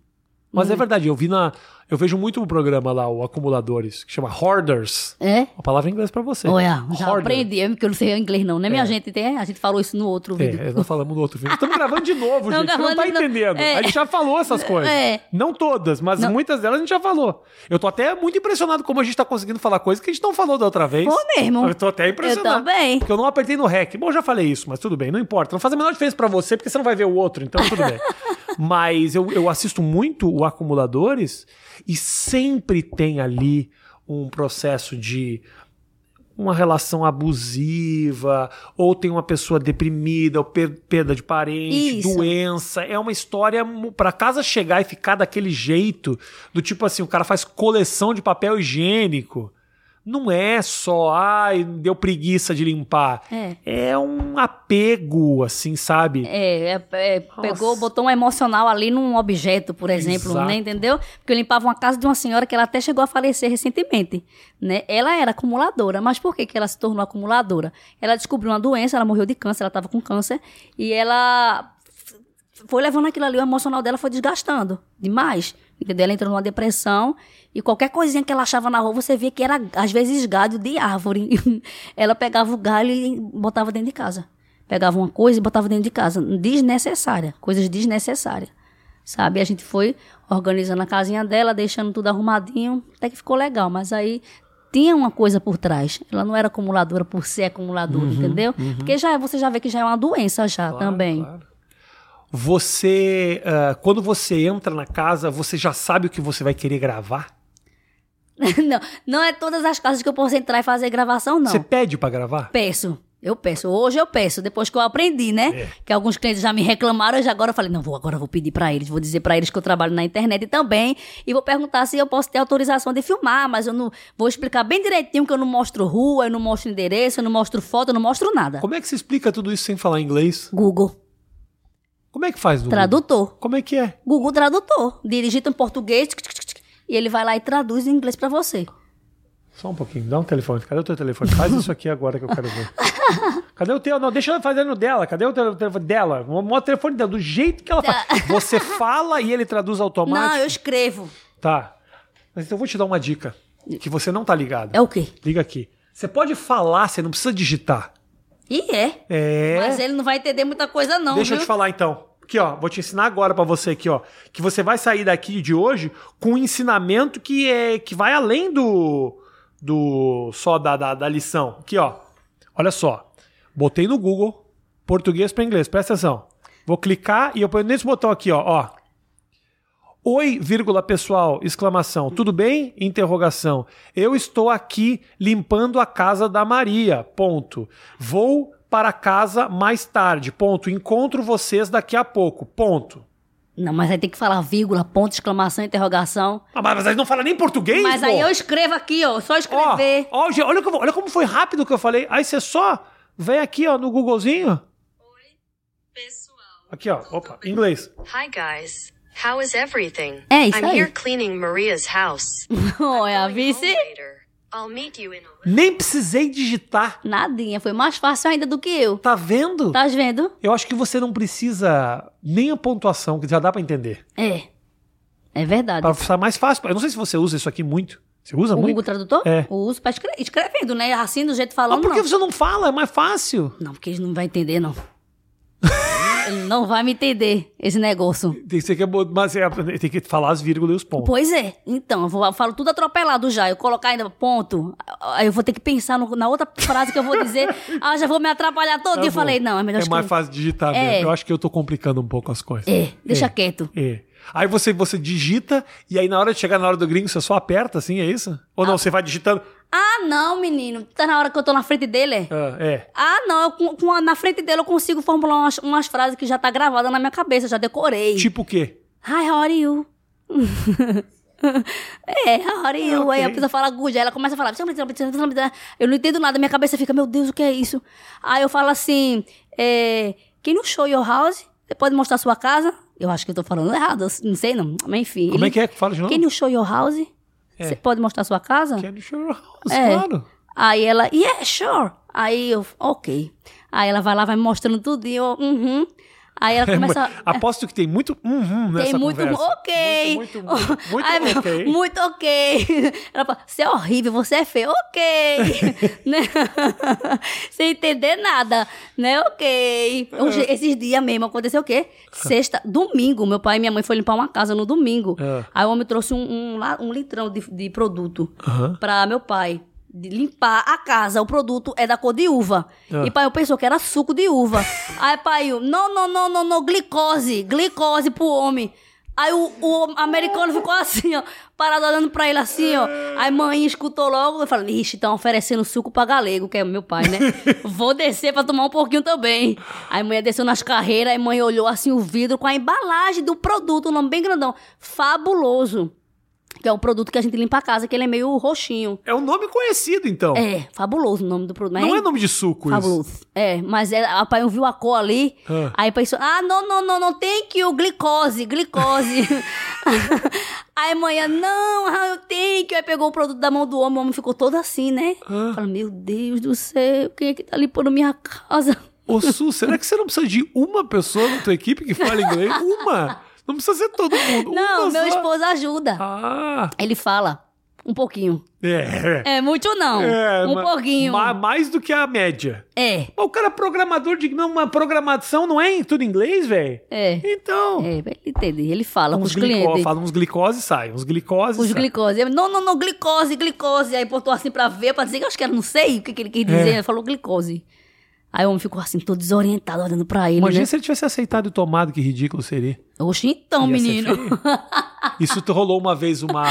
Speaker 1: Mas é verdade, eu vi na. Eu vejo muito um programa lá, o Acumuladores, que chama Hoarders.
Speaker 2: É?
Speaker 1: Uma palavra em inglês pra você.
Speaker 2: Olha, já
Speaker 1: Hoarder.
Speaker 2: aprendi, é porque eu não sei inglês não, né, minha gente? Tem- a gente falou isso no outro vídeo.
Speaker 1: É, nós falamos no outro vídeo. Estamos gravando de novo, gente. Você
Speaker 2: Não,
Speaker 1: não tá
Speaker 2: gravando de novo.
Speaker 1: entendendo.
Speaker 2: É.
Speaker 1: A gente já falou essas coisas.
Speaker 2: É.
Speaker 1: Não todas, mas muitas delas a gente já falou. Eu tô até muito impressionado como a gente tá conseguindo falar coisas que a gente não falou da outra vez.
Speaker 2: Foi mesmo.
Speaker 1: Eu tô até impressionado.
Speaker 2: Eu também.
Speaker 1: Porque eu não apertei no REC. Bom, eu já falei isso, mas tudo bem, não importa. Não faz a menor diferença pra você, porque você não vai ver o outro, então tudo bem. mas eu, eu assisto muito o Acumuladores e sempre tem ali um processo de uma relação abusiva, ou tem uma pessoa deprimida, ou per- perda de parente,
Speaker 2: Isso.
Speaker 1: doença. É uma história mu- pra casa chegar e ficar daquele jeito, do tipo assim, o cara faz coleção de papel higiênico. Não é só, ai, deu preguiça de limpar.
Speaker 2: É.
Speaker 1: É um apego, assim, sabe?
Speaker 2: É, é, é, pegou,
Speaker 1: Nossa.
Speaker 2: botou um emocional ali num objeto, por exemplo,
Speaker 1: Exato.
Speaker 2: né, entendeu? Porque eu limpava uma casa de uma senhora que ela até chegou a falecer recentemente, né? Ela era acumuladora, mas por que que ela se tornou acumuladora? Ela descobriu uma doença, ela morreu de câncer, ela estava com câncer, e ela f- foi levando aquilo ali, o emocional dela foi desgastando demais, entendeu? Ela entrou numa depressão e qualquer coisinha que ela achava na rua, você via que era, às vezes, galho de árvore. ela pegava o galho e botava dentro de casa. Pegava uma coisa e botava dentro de casa. Desnecessária. Coisas desnecessárias. Sabe? A gente foi organizando a casinha dela, deixando tudo arrumadinho. Até que ficou legal. Mas aí tinha uma coisa por trás. Ela não era acumuladora por ser acumuladora, entendeu? Porque já, é- você já vê que já é uma doença já
Speaker 1: Uhum, Claro,
Speaker 2: também.
Speaker 1: claro. Você, ah, quando você entra na casa, você já sabe o que você vai querer gravar?
Speaker 2: não, não é todas as casas que eu posso entrar e fazer gravação, não.
Speaker 1: Você pede pra gravar?
Speaker 2: Peço. Eu peço. Hoje eu peço, depois que eu aprendi, né?
Speaker 1: É.
Speaker 2: Que alguns clientes já me reclamaram, eu já agora eu falei, não, vou agora eu vou pedir pra eles, vou dizer pra eles que eu trabalho na internet também e vou perguntar se eu posso ter autorização de filmar, mas eu não vou explicar bem direitinho que eu não mostro rua, eu não mostro endereço, eu não mostro foto, eu não mostro nada.
Speaker 1: Como é que você explica tudo isso sem falar inglês?
Speaker 2: Google,
Speaker 1: Como é que faz no Google?
Speaker 2: tradutor.
Speaker 1: Como é que é?
Speaker 2: Google tradutor, digita em português tic, tic, tic, tic, e ele vai lá e traduz em inglês pra você.
Speaker 1: Só um pouquinho, dá um telefone. Cadê o teu telefone? Faz isso aqui agora que eu quero ver. Cadê o teu? Não, deixa ela fazendo dela. Cadê o teu telefone dela? Mostra o telefone dela, do jeito que ela faz. Você fala e ele traduz automático.
Speaker 2: Tá. Não, eu escrevo.
Speaker 1: Tá. Mas então eu vou te dar uma dica que você não tá ligado.
Speaker 2: É o quê?
Speaker 1: Liga aqui. Você pode falar, você não precisa digitar.
Speaker 2: E é.
Speaker 1: É.
Speaker 2: Mas ele não vai entender muita coisa não,
Speaker 1: Deixa
Speaker 2: viu?
Speaker 1: eu te falar então. Aqui, ó, vou te ensinar agora pra você aqui, ó, que você vai sair daqui de hoje com um ensinamento que é que vai além do do só da, da, da lição. Aqui, ó. Olha só. Botei no Google português pra inglês. Presta atenção. Vou clicar e eu ponho nesse botão aqui, ó, ó. Oi, vírgula, pessoal, exclamação. Tudo bem? Interrogação. Eu estou aqui limpando a casa da Maria. Ponto. Vou para casa mais tarde. Ponto. Encontro vocês daqui a pouco. Ponto.
Speaker 2: Não, mas aí tem que falar vírgula, ponto, exclamação, interrogação.
Speaker 1: Ah, mas mas aí não fala nem português,
Speaker 2: mas aí
Speaker 1: pô.
Speaker 2: eu escrevo aqui, ó, só
Speaker 1: Ó,
Speaker 2: escrever.
Speaker 1: ó, gente, olha, como, olha como foi rápido que eu falei. Aí você só vem aqui, ó, no Googlezinho.
Speaker 3: Pessoal.
Speaker 1: Aqui, ó. Opa, em inglês.
Speaker 3: Hi guys. How is everything?
Speaker 2: Hey,
Speaker 3: I'm
Speaker 2: sorry.
Speaker 3: here cleaning Maria's house.
Speaker 2: Olha,
Speaker 3: Going
Speaker 2: vice.
Speaker 3: home later. I'll meet you in a little.
Speaker 1: Nem precisei digitar.
Speaker 2: Nadinha, foi mais fácil ainda do que eu.
Speaker 1: Tá vendo?
Speaker 2: Tá vendo?
Speaker 1: Eu acho que você não precisa nem a pontuação, que já dá pra entender.
Speaker 2: É. É verdade.
Speaker 1: Pra ficar mais fácil. Eu não sei se você usa isso aqui muito. Você usa
Speaker 2: o
Speaker 1: muito?
Speaker 2: Google tá Tradutor?
Speaker 1: É.
Speaker 2: Eu uso pra escre- escrevendo, né? Assim, do jeito
Speaker 1: Mas
Speaker 2: falando,
Speaker 1: por que
Speaker 2: não.
Speaker 1: você não fala? É mais fácil.
Speaker 2: Não, porque eles não vão entender, não. Ele não vai me entender, esse negócio.
Speaker 1: Tem que, ser que é bo- mas é- tem que falar as vírgulas e os pontos.
Speaker 2: Pois é. Então, eu, vou, eu falo tudo atropelado já. Eu colocar ainda ponto, aí eu vou ter que pensar no- na outra frase que eu vou dizer. ah, já vou me atrapalhar todo
Speaker 1: Tá
Speaker 2: dia. Eu
Speaker 1: bom.
Speaker 2: falei, não, é melhor
Speaker 1: É
Speaker 2: escrever.
Speaker 1: mais fácil digitar
Speaker 2: É.
Speaker 1: mesmo. Eu acho que eu tô complicando um pouco as coisas.
Speaker 2: É, deixa quieto.
Speaker 1: É. Aí você, você digita e aí na hora de chegar na hora do gringo você só aperta assim, é isso? Ou não, você vai digitando.
Speaker 2: Ah, não, menino. Tá na hora que eu tô na frente dele? é?
Speaker 1: Ah, é.
Speaker 2: Ah, não. eu com- com a- na frente dele eu consigo formular umas, umas frases que já tá gravada na minha cabeça, eu já decorei.
Speaker 1: Tipo o quê?
Speaker 2: Hi, how are you? é, how are you?
Speaker 1: Ah, ok.
Speaker 2: Aí a pessoa fala good, aí ela começa a falar. Eu não entendo nada, minha cabeça fica, meu Deus, o que é isso? Aí eu falo assim: é, Can you show your house? Você pode mostrar sua casa? Eu acho que eu tô falando errado, eu não sei não. Mas enfim.
Speaker 1: Como é que é que fala de novo? É.
Speaker 2: Can you show your house? Você pode mostrar sua casa?
Speaker 1: Can you show your house?
Speaker 2: É.
Speaker 1: é Claro.
Speaker 2: Aí ela, yeah, sure. Aí eu, ok. Aí ela vai lá, vai me mostrando tudo e eu, uhum.
Speaker 1: É
Speaker 2: Aí ela começa.
Speaker 1: Aposto que tem muito uhum nessa
Speaker 2: Tem muito
Speaker 1: conversa.
Speaker 2: ok.
Speaker 1: Muito, muito, muito, muito
Speaker 2: Ai, meu,
Speaker 1: ok.
Speaker 2: muito ok. Ela fala, você é horrível, você é feio, ok. né? Sem entender nada, né? Ok.
Speaker 1: É.
Speaker 2: Hoje, esses dias mesmo aconteceu o quê? Sexta, domingo, meu pai e minha mãe foram limpar uma casa no domingo.
Speaker 1: Ah.
Speaker 2: Aí o homem trouxe um, um, la- um litrão de, de produto
Speaker 1: Aham.
Speaker 2: pra meu pai. De limpar a casa, o produto é da cor de uva.
Speaker 1: Ah.
Speaker 2: E pai eu pensou que era suco de uva. Aí pai, eu, não, não, não, não, não, glicose, glicose pro homem. Aí o, o americano ficou assim, ó, parado olhando pra ele assim, ó. Aí mãe escutou logo e falou: Ixi, estão oferecendo suco pra galego, que é meu pai, né? Vou descer pra tomar um pouquinho também. Aí mãe desceu nas carreiras, aí mãe olhou assim o vidro com a embalagem do produto, um nome bem grandão. Fabuloso. Que é o produto que a gente limpa a casa, que ele é meio roxinho.
Speaker 1: É um nome conhecido, então.
Speaker 2: É, fabuloso o nome do produto. mas
Speaker 1: Não é nome de suco isso.
Speaker 2: Fabuloso. É, mas é, a pai viu a cor ali,
Speaker 1: Ah.
Speaker 2: aí pensou, ah, não, não, não, não, tem que o glicose, glicose. aí manhã, não, ah, eu tenho que. Aí pegou o produto da mão do homem, o homem ficou todo assim, né?
Speaker 1: Ah.
Speaker 2: Falou, meu Deus do céu, quem é que tá limpando minha casa?
Speaker 1: Ô, Su, será que você não precisa de uma pessoa na tua equipe que fala inglês? Uma! Não precisa ser todo mundo.
Speaker 2: Não,
Speaker 1: uma
Speaker 2: meu
Speaker 1: só.
Speaker 2: esposo ajuda.
Speaker 1: Ah!
Speaker 2: Ele fala, um pouquinho.
Speaker 1: É.
Speaker 2: É, muito não,
Speaker 1: É,
Speaker 2: um
Speaker 1: ma-
Speaker 2: pouquinho.
Speaker 1: ma- mais do que a média.
Speaker 2: É,
Speaker 1: Mas o cara é programador de. Não, uma programação não é em tudo em inglês, velho?
Speaker 2: é.
Speaker 1: Então.
Speaker 2: É, ele entende, ele fala com
Speaker 1: uns
Speaker 2: os clientes.
Speaker 1: fala uns glicose e sai. Uns glicose
Speaker 2: Os
Speaker 1: sai.
Speaker 2: glicose. Eu, não, não, não, glicose, glicose. Aí botou assim pra ver, pra dizer que eu acho que era, não sei o que, que ele quis
Speaker 1: É.
Speaker 2: dizer. Ele falou glicose. Aí o homem ficou assim, todo desorientado, olhando pra ele.
Speaker 1: Imagina
Speaker 2: Né?
Speaker 1: se ele tivesse aceitado e tomado, que ridículo seria.
Speaker 2: Oxe, então,
Speaker 1: Ia ser
Speaker 2: menino.
Speaker 1: feio. Isso te rolou uma vez uma,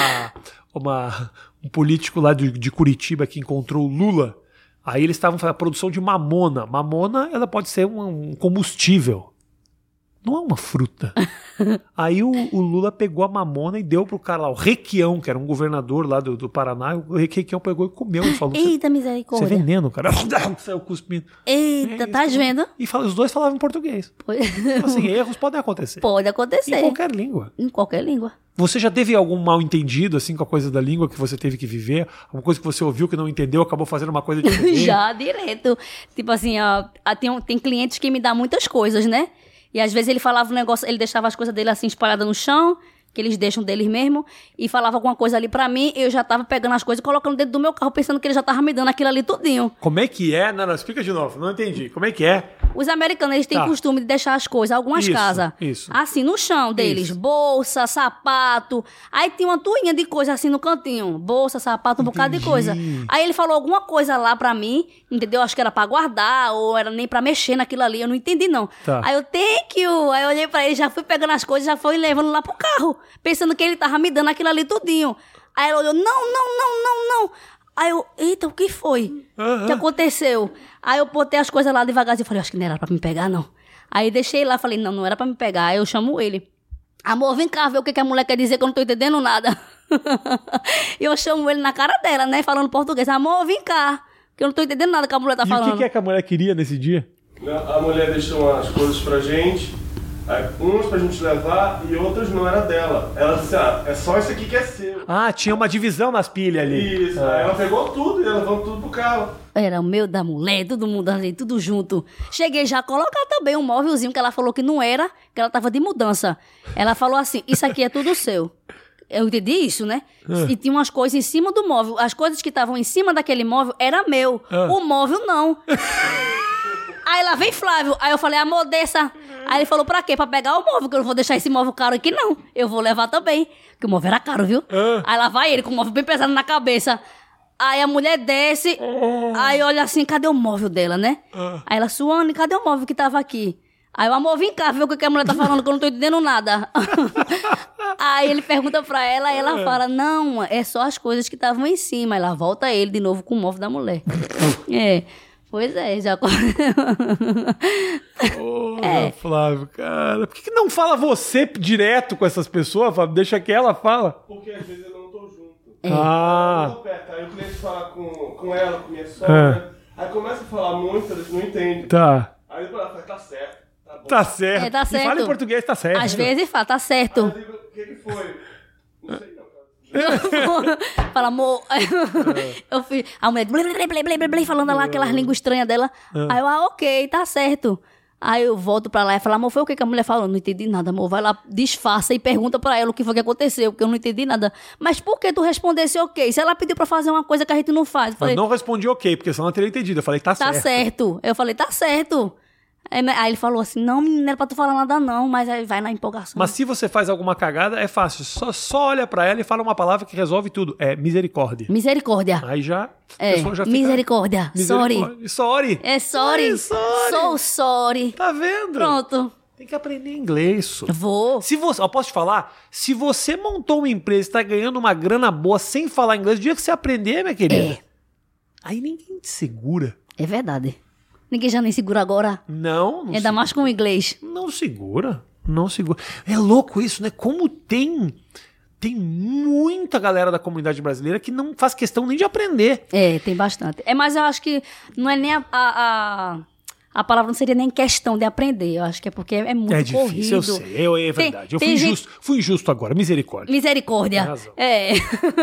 Speaker 1: uma um político lá de, de Curitiba que encontrou o Lula. Aí eles estavam fazendo a produção de mamona. Mamona, ela pode ser um, um combustível. Não é uma fruta. Aí o, o Lula pegou a mamona e deu pro cara lá, o Requião, que era um governador lá do, do Paraná. O Requião pegou e comeu e falou: Você
Speaker 2: Eita,
Speaker 1: é
Speaker 2: misericórdia.
Speaker 1: veneno, cara. Saiu cuspindo.
Speaker 2: Eita,
Speaker 1: É,
Speaker 2: tá
Speaker 1: isso.
Speaker 2: vendo?
Speaker 1: E fala, os dois falavam português.
Speaker 2: Pois-
Speaker 1: Então, assim, erros podem acontecer.
Speaker 2: Pode
Speaker 1: Em
Speaker 2: acontecer.
Speaker 1: qualquer língua.
Speaker 2: Em qualquer língua.
Speaker 1: Você já teve algum mal entendido, assim, com a coisa da língua que você teve que viver? Alguma coisa que você ouviu que não entendeu, acabou fazendo uma coisa diferente?
Speaker 2: Já, direto. Tipo assim, ó, ah, tem, um- tem clientes que me dão muitas coisas, né? E às vezes ele falava um negócio, ele deixava as coisas dele assim espalhadas no chão, que eles deixam deles mesmo, e falava alguma coisa ali pra mim, eu já tava pegando as coisas e colocando dentro do meu carro, pensando que ele já tava me dando aquilo ali tudinho.
Speaker 1: Como é que é? Não, não, explica de novo. Não entendi. Como é que é?
Speaker 2: Os americanos, eles têm
Speaker 1: Tá.
Speaker 2: costume de deixar as coisas, algumas
Speaker 1: Isso,
Speaker 2: casas,
Speaker 1: isso.
Speaker 2: assim, no chão deles.
Speaker 1: Isso.
Speaker 2: Bolsa, sapato. Aí tem uma tuinha de coisa assim no cantinho. Bolsa, sapato, um bocado de
Speaker 1: Entendi.
Speaker 2: coisa. Aí ele falou alguma coisa lá pra mim, entendeu? Acho que era pra guardar, ou era nem pra mexer naquilo ali. Eu não entendi, não.
Speaker 1: Tá.
Speaker 2: Aí eu, thank you. Aí eu olhei pra ele, já fui pegando as coisas, já fui levando lá pro carro. Pensando que ele tava me dando aquilo ali tudinho. Aí ela olhou, não, não, não, não, não. Aí eu, eita, o que foi?
Speaker 1: Aham.
Speaker 2: O que aconteceu? Aí eu botei as coisas lá devagarzinho. Eu falei, acho que não era pra me pegar, não. Aí deixei lá, falei, não, não era pra me pegar. Aí eu chamo ele. Amor, vem cá ver o que, que a mulher quer dizer que eu não tô entendendo nada. E eu chamo ele na cara dela, né? Falando português. Amor, vem cá. Que eu não tô entendendo nada que a mulher tá
Speaker 1: e o
Speaker 2: falando.
Speaker 1: que, que é que a mulher queria nesse dia?
Speaker 4: Né? A mulher deixou as coisas pra gente, aí uns pra gente levar e outros não era dela. Ela disse, ah, é só isso aqui que é seu.
Speaker 1: Ah, tinha uma divisão nas pilhas ali.
Speaker 4: Isso, aí ela pegou tudo e levou tudo pro carro.
Speaker 2: Era o meu da mulher, todo mundo ali, tudo junto. Cheguei já a colocar também um móvelzinho que ela falou que não era, que ela tava de mudança. Ela falou assim: Isso aqui é tudo seu. Eu entendi isso, né? E tinha umas coisas em cima do móvel. As coisas que estavam em cima daquele móvel era meu.
Speaker 1: Ah.
Speaker 2: O móvel não. Aí lá vem Flávio. Aí eu falei, amor, desça. Aí ele falou, pra quê? Pra pegar o móvel, que eu não vou deixar esse móvel caro aqui, não. Eu vou levar também. Porque o móvel era caro, viu?
Speaker 1: Ah.
Speaker 2: Aí lá vai ele, com o móvel bem pesado na cabeça. Aí a mulher desce, aí olha assim, cadê o móvel dela, né?
Speaker 1: Oh. Ah.
Speaker 2: Aí ela, Suane, cadê o móvel que tava aqui? Aí o amor, vem cá, ver o que que a mulher tá falando, que eu não tô entendendo nada. aí ele pergunta pra ela, aí
Speaker 1: Ah.
Speaker 2: ela fala, não, é só as coisas que estavam em cima. Aí lá volta ele de novo com o móvel da mulher. é, pois é, já... acon-
Speaker 1: Ô, Ah,
Speaker 2: É.
Speaker 1: Flávio, cara. Por que, que não fala você direto com essas pessoas, Flávio? Deixa que ela fala.
Speaker 4: Porque às vezes eu não tô junto.
Speaker 2: É.
Speaker 4: Eu
Speaker 1: Ah,
Speaker 4: tô perto, aí o cliente fala com, com ela, com minha sogra. Aí começa a falar muito, eles não entendem.
Speaker 1: É. tá.
Speaker 4: Aí ela fala, tá certo, tá bom.
Speaker 1: Tá certo.
Speaker 2: É, tá
Speaker 1: E fala
Speaker 2: certo.
Speaker 1: em português, tá certo.
Speaker 2: Às vezes fala, tá certo.
Speaker 4: Aí eu digo, o que que foi? Não sei não, cara.
Speaker 2: Eu Fala, amor. Aí eu- Eu fui. A mulher blê, blê, blê, blê, blê, blê, blê, falando lá aquelas línguas estranhas dela. Aí eu, ah, ok, tá certo. Aí eu volto pra lá e falo, amor, foi o que que a mulher falou? Não entendi nada, amor. Vai lá, disfarça e pergunta pra ela o que foi que aconteceu, porque eu não entendi nada. Mas por que tu respondesse ok? Se ela pediu pra fazer uma coisa que a gente não faz. Eu
Speaker 1: Eu
Speaker 2: falei,
Speaker 1: não respondi ok, porque senão eu teria entendido. Eu falei, tá,
Speaker 2: tá
Speaker 1: certo.
Speaker 2: certo. Eu falei, tá certo. Aí me- aí ele falou assim, não, menina, não era pra tu falar nada não, mas aí vai na empolgação.
Speaker 1: Mas se você faz alguma cagada, é fácil. Só, só olha pra ela e fala uma palavra que resolve tudo. É misericórdia.
Speaker 2: Misericórdia.
Speaker 1: Aí já. Ah, a
Speaker 2: É,
Speaker 1: pessoa já fica-
Speaker 2: misericórdia. Sorry.
Speaker 1: Misericórdia. Sorry.
Speaker 2: É sorry.
Speaker 1: Sorry, sorry.
Speaker 2: Sou sorry.
Speaker 1: Tá vendo?
Speaker 2: Pronto.
Speaker 1: Tem que aprender inglês. só.
Speaker 2: Vou.
Speaker 1: Se você, eu posso te falar? Se você montou uma empresa e tá ganhando uma grana boa sem falar inglês, o dia que você aprender, minha querida,
Speaker 2: É.
Speaker 1: aí ninguém te segura.
Speaker 2: É verdade. Ninguém já nem segura agora.
Speaker 1: Não, não
Speaker 2: Ainda mais com o inglês.
Speaker 1: Não segura, não segura. É louco isso, né? Como tem tem muita galera da comunidade brasileira que não faz questão nem de aprender.
Speaker 2: É, tem bastante. É, mas eu acho que não é nem a. a, a- a palavra não seria nem questão de aprender. Eu acho que é porque é muito
Speaker 1: é difícil, eu
Speaker 2: corrido.
Speaker 1: sei, eu, é
Speaker 2: Tem-
Speaker 1: verdade. eu
Speaker 2: tem
Speaker 1: fui
Speaker 2: gente-
Speaker 1: injusto, fui injusto agora, misericórdia.
Speaker 2: Misericórdia.
Speaker 1: Tem razão.
Speaker 2: É.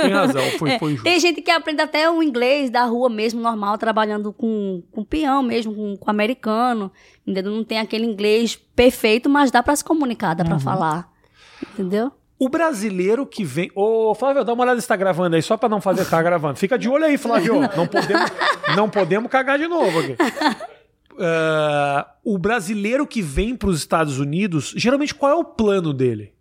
Speaker 1: Tem razão, foi,
Speaker 2: É,
Speaker 1: foi injusto.
Speaker 2: Tem gente que aprende até o inglês da rua mesmo, normal, trabalhando com, com peão mesmo, com, com americano. Entendeu? Não tem aquele inglês perfeito, mas dá pra se comunicar,
Speaker 1: Uhum.
Speaker 2: dá pra falar. Entendeu?
Speaker 1: O brasileiro que vem. Ô, Flávio, dá uma olhada se tá gravando aí, só pra não fazer, tá gravando. Fica de olho aí, Flávio. Não podemos, não podemos cagar de novo aqui. Ah, o brasileiro que vem pros Estados Unidos, geralmente qual é o plano dele?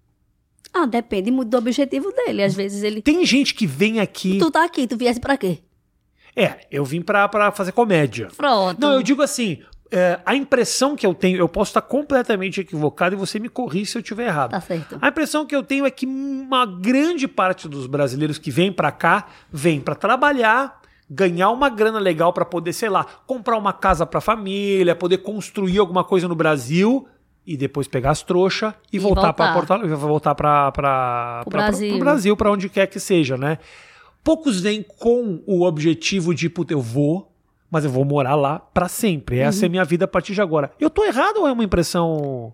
Speaker 2: Ah, depende muito do objetivo dele. Às vezes ele.
Speaker 1: Tem gente que vem aqui.
Speaker 2: Tu tá aqui, tu viesse pra quê?
Speaker 1: É, eu vim pra, pra fazer comédia.
Speaker 2: Pronto.
Speaker 1: Não, eu digo assim, é, a impressão que eu tenho, eu posso estar completamente equivocado e você me corri se eu estiver errado.
Speaker 2: Tá certo.
Speaker 1: A impressão que eu tenho é que uma grande parte dos brasileiros que vem pra cá vem pra trabalhar, ganhar uma grana legal pra poder, sei lá, comprar uma casa pra família, poder construir alguma coisa no Brasil e depois pegar as trouxas e,
Speaker 2: E
Speaker 1: voltar pra
Speaker 2: voltar.
Speaker 1: Porto Alegre, voltar para para
Speaker 2: Pro
Speaker 1: Brasil,
Speaker 2: Brasil.
Speaker 1: Brasil para onde quer que seja, né? Poucos vêm com o objetivo de, puta, eu vou, mas eu vou morar lá pra sempre. Essa é
Speaker 2: Uhum.
Speaker 1: minha vida a partir de agora. Eu tô errado ou é uma impressão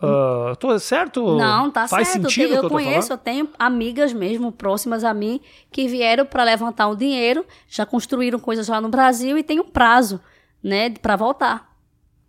Speaker 1: ah, tô certo?
Speaker 2: Não, tá
Speaker 1: Faz
Speaker 2: certo.
Speaker 1: sentido
Speaker 2: eu
Speaker 1: o que eu tô
Speaker 2: conheço,
Speaker 1: falando?
Speaker 2: eu tenho amigas mesmo próximas a mim que vieram para levantar um dinheiro, já construíram coisas lá no Brasil e tem um prazo, né, para voltar.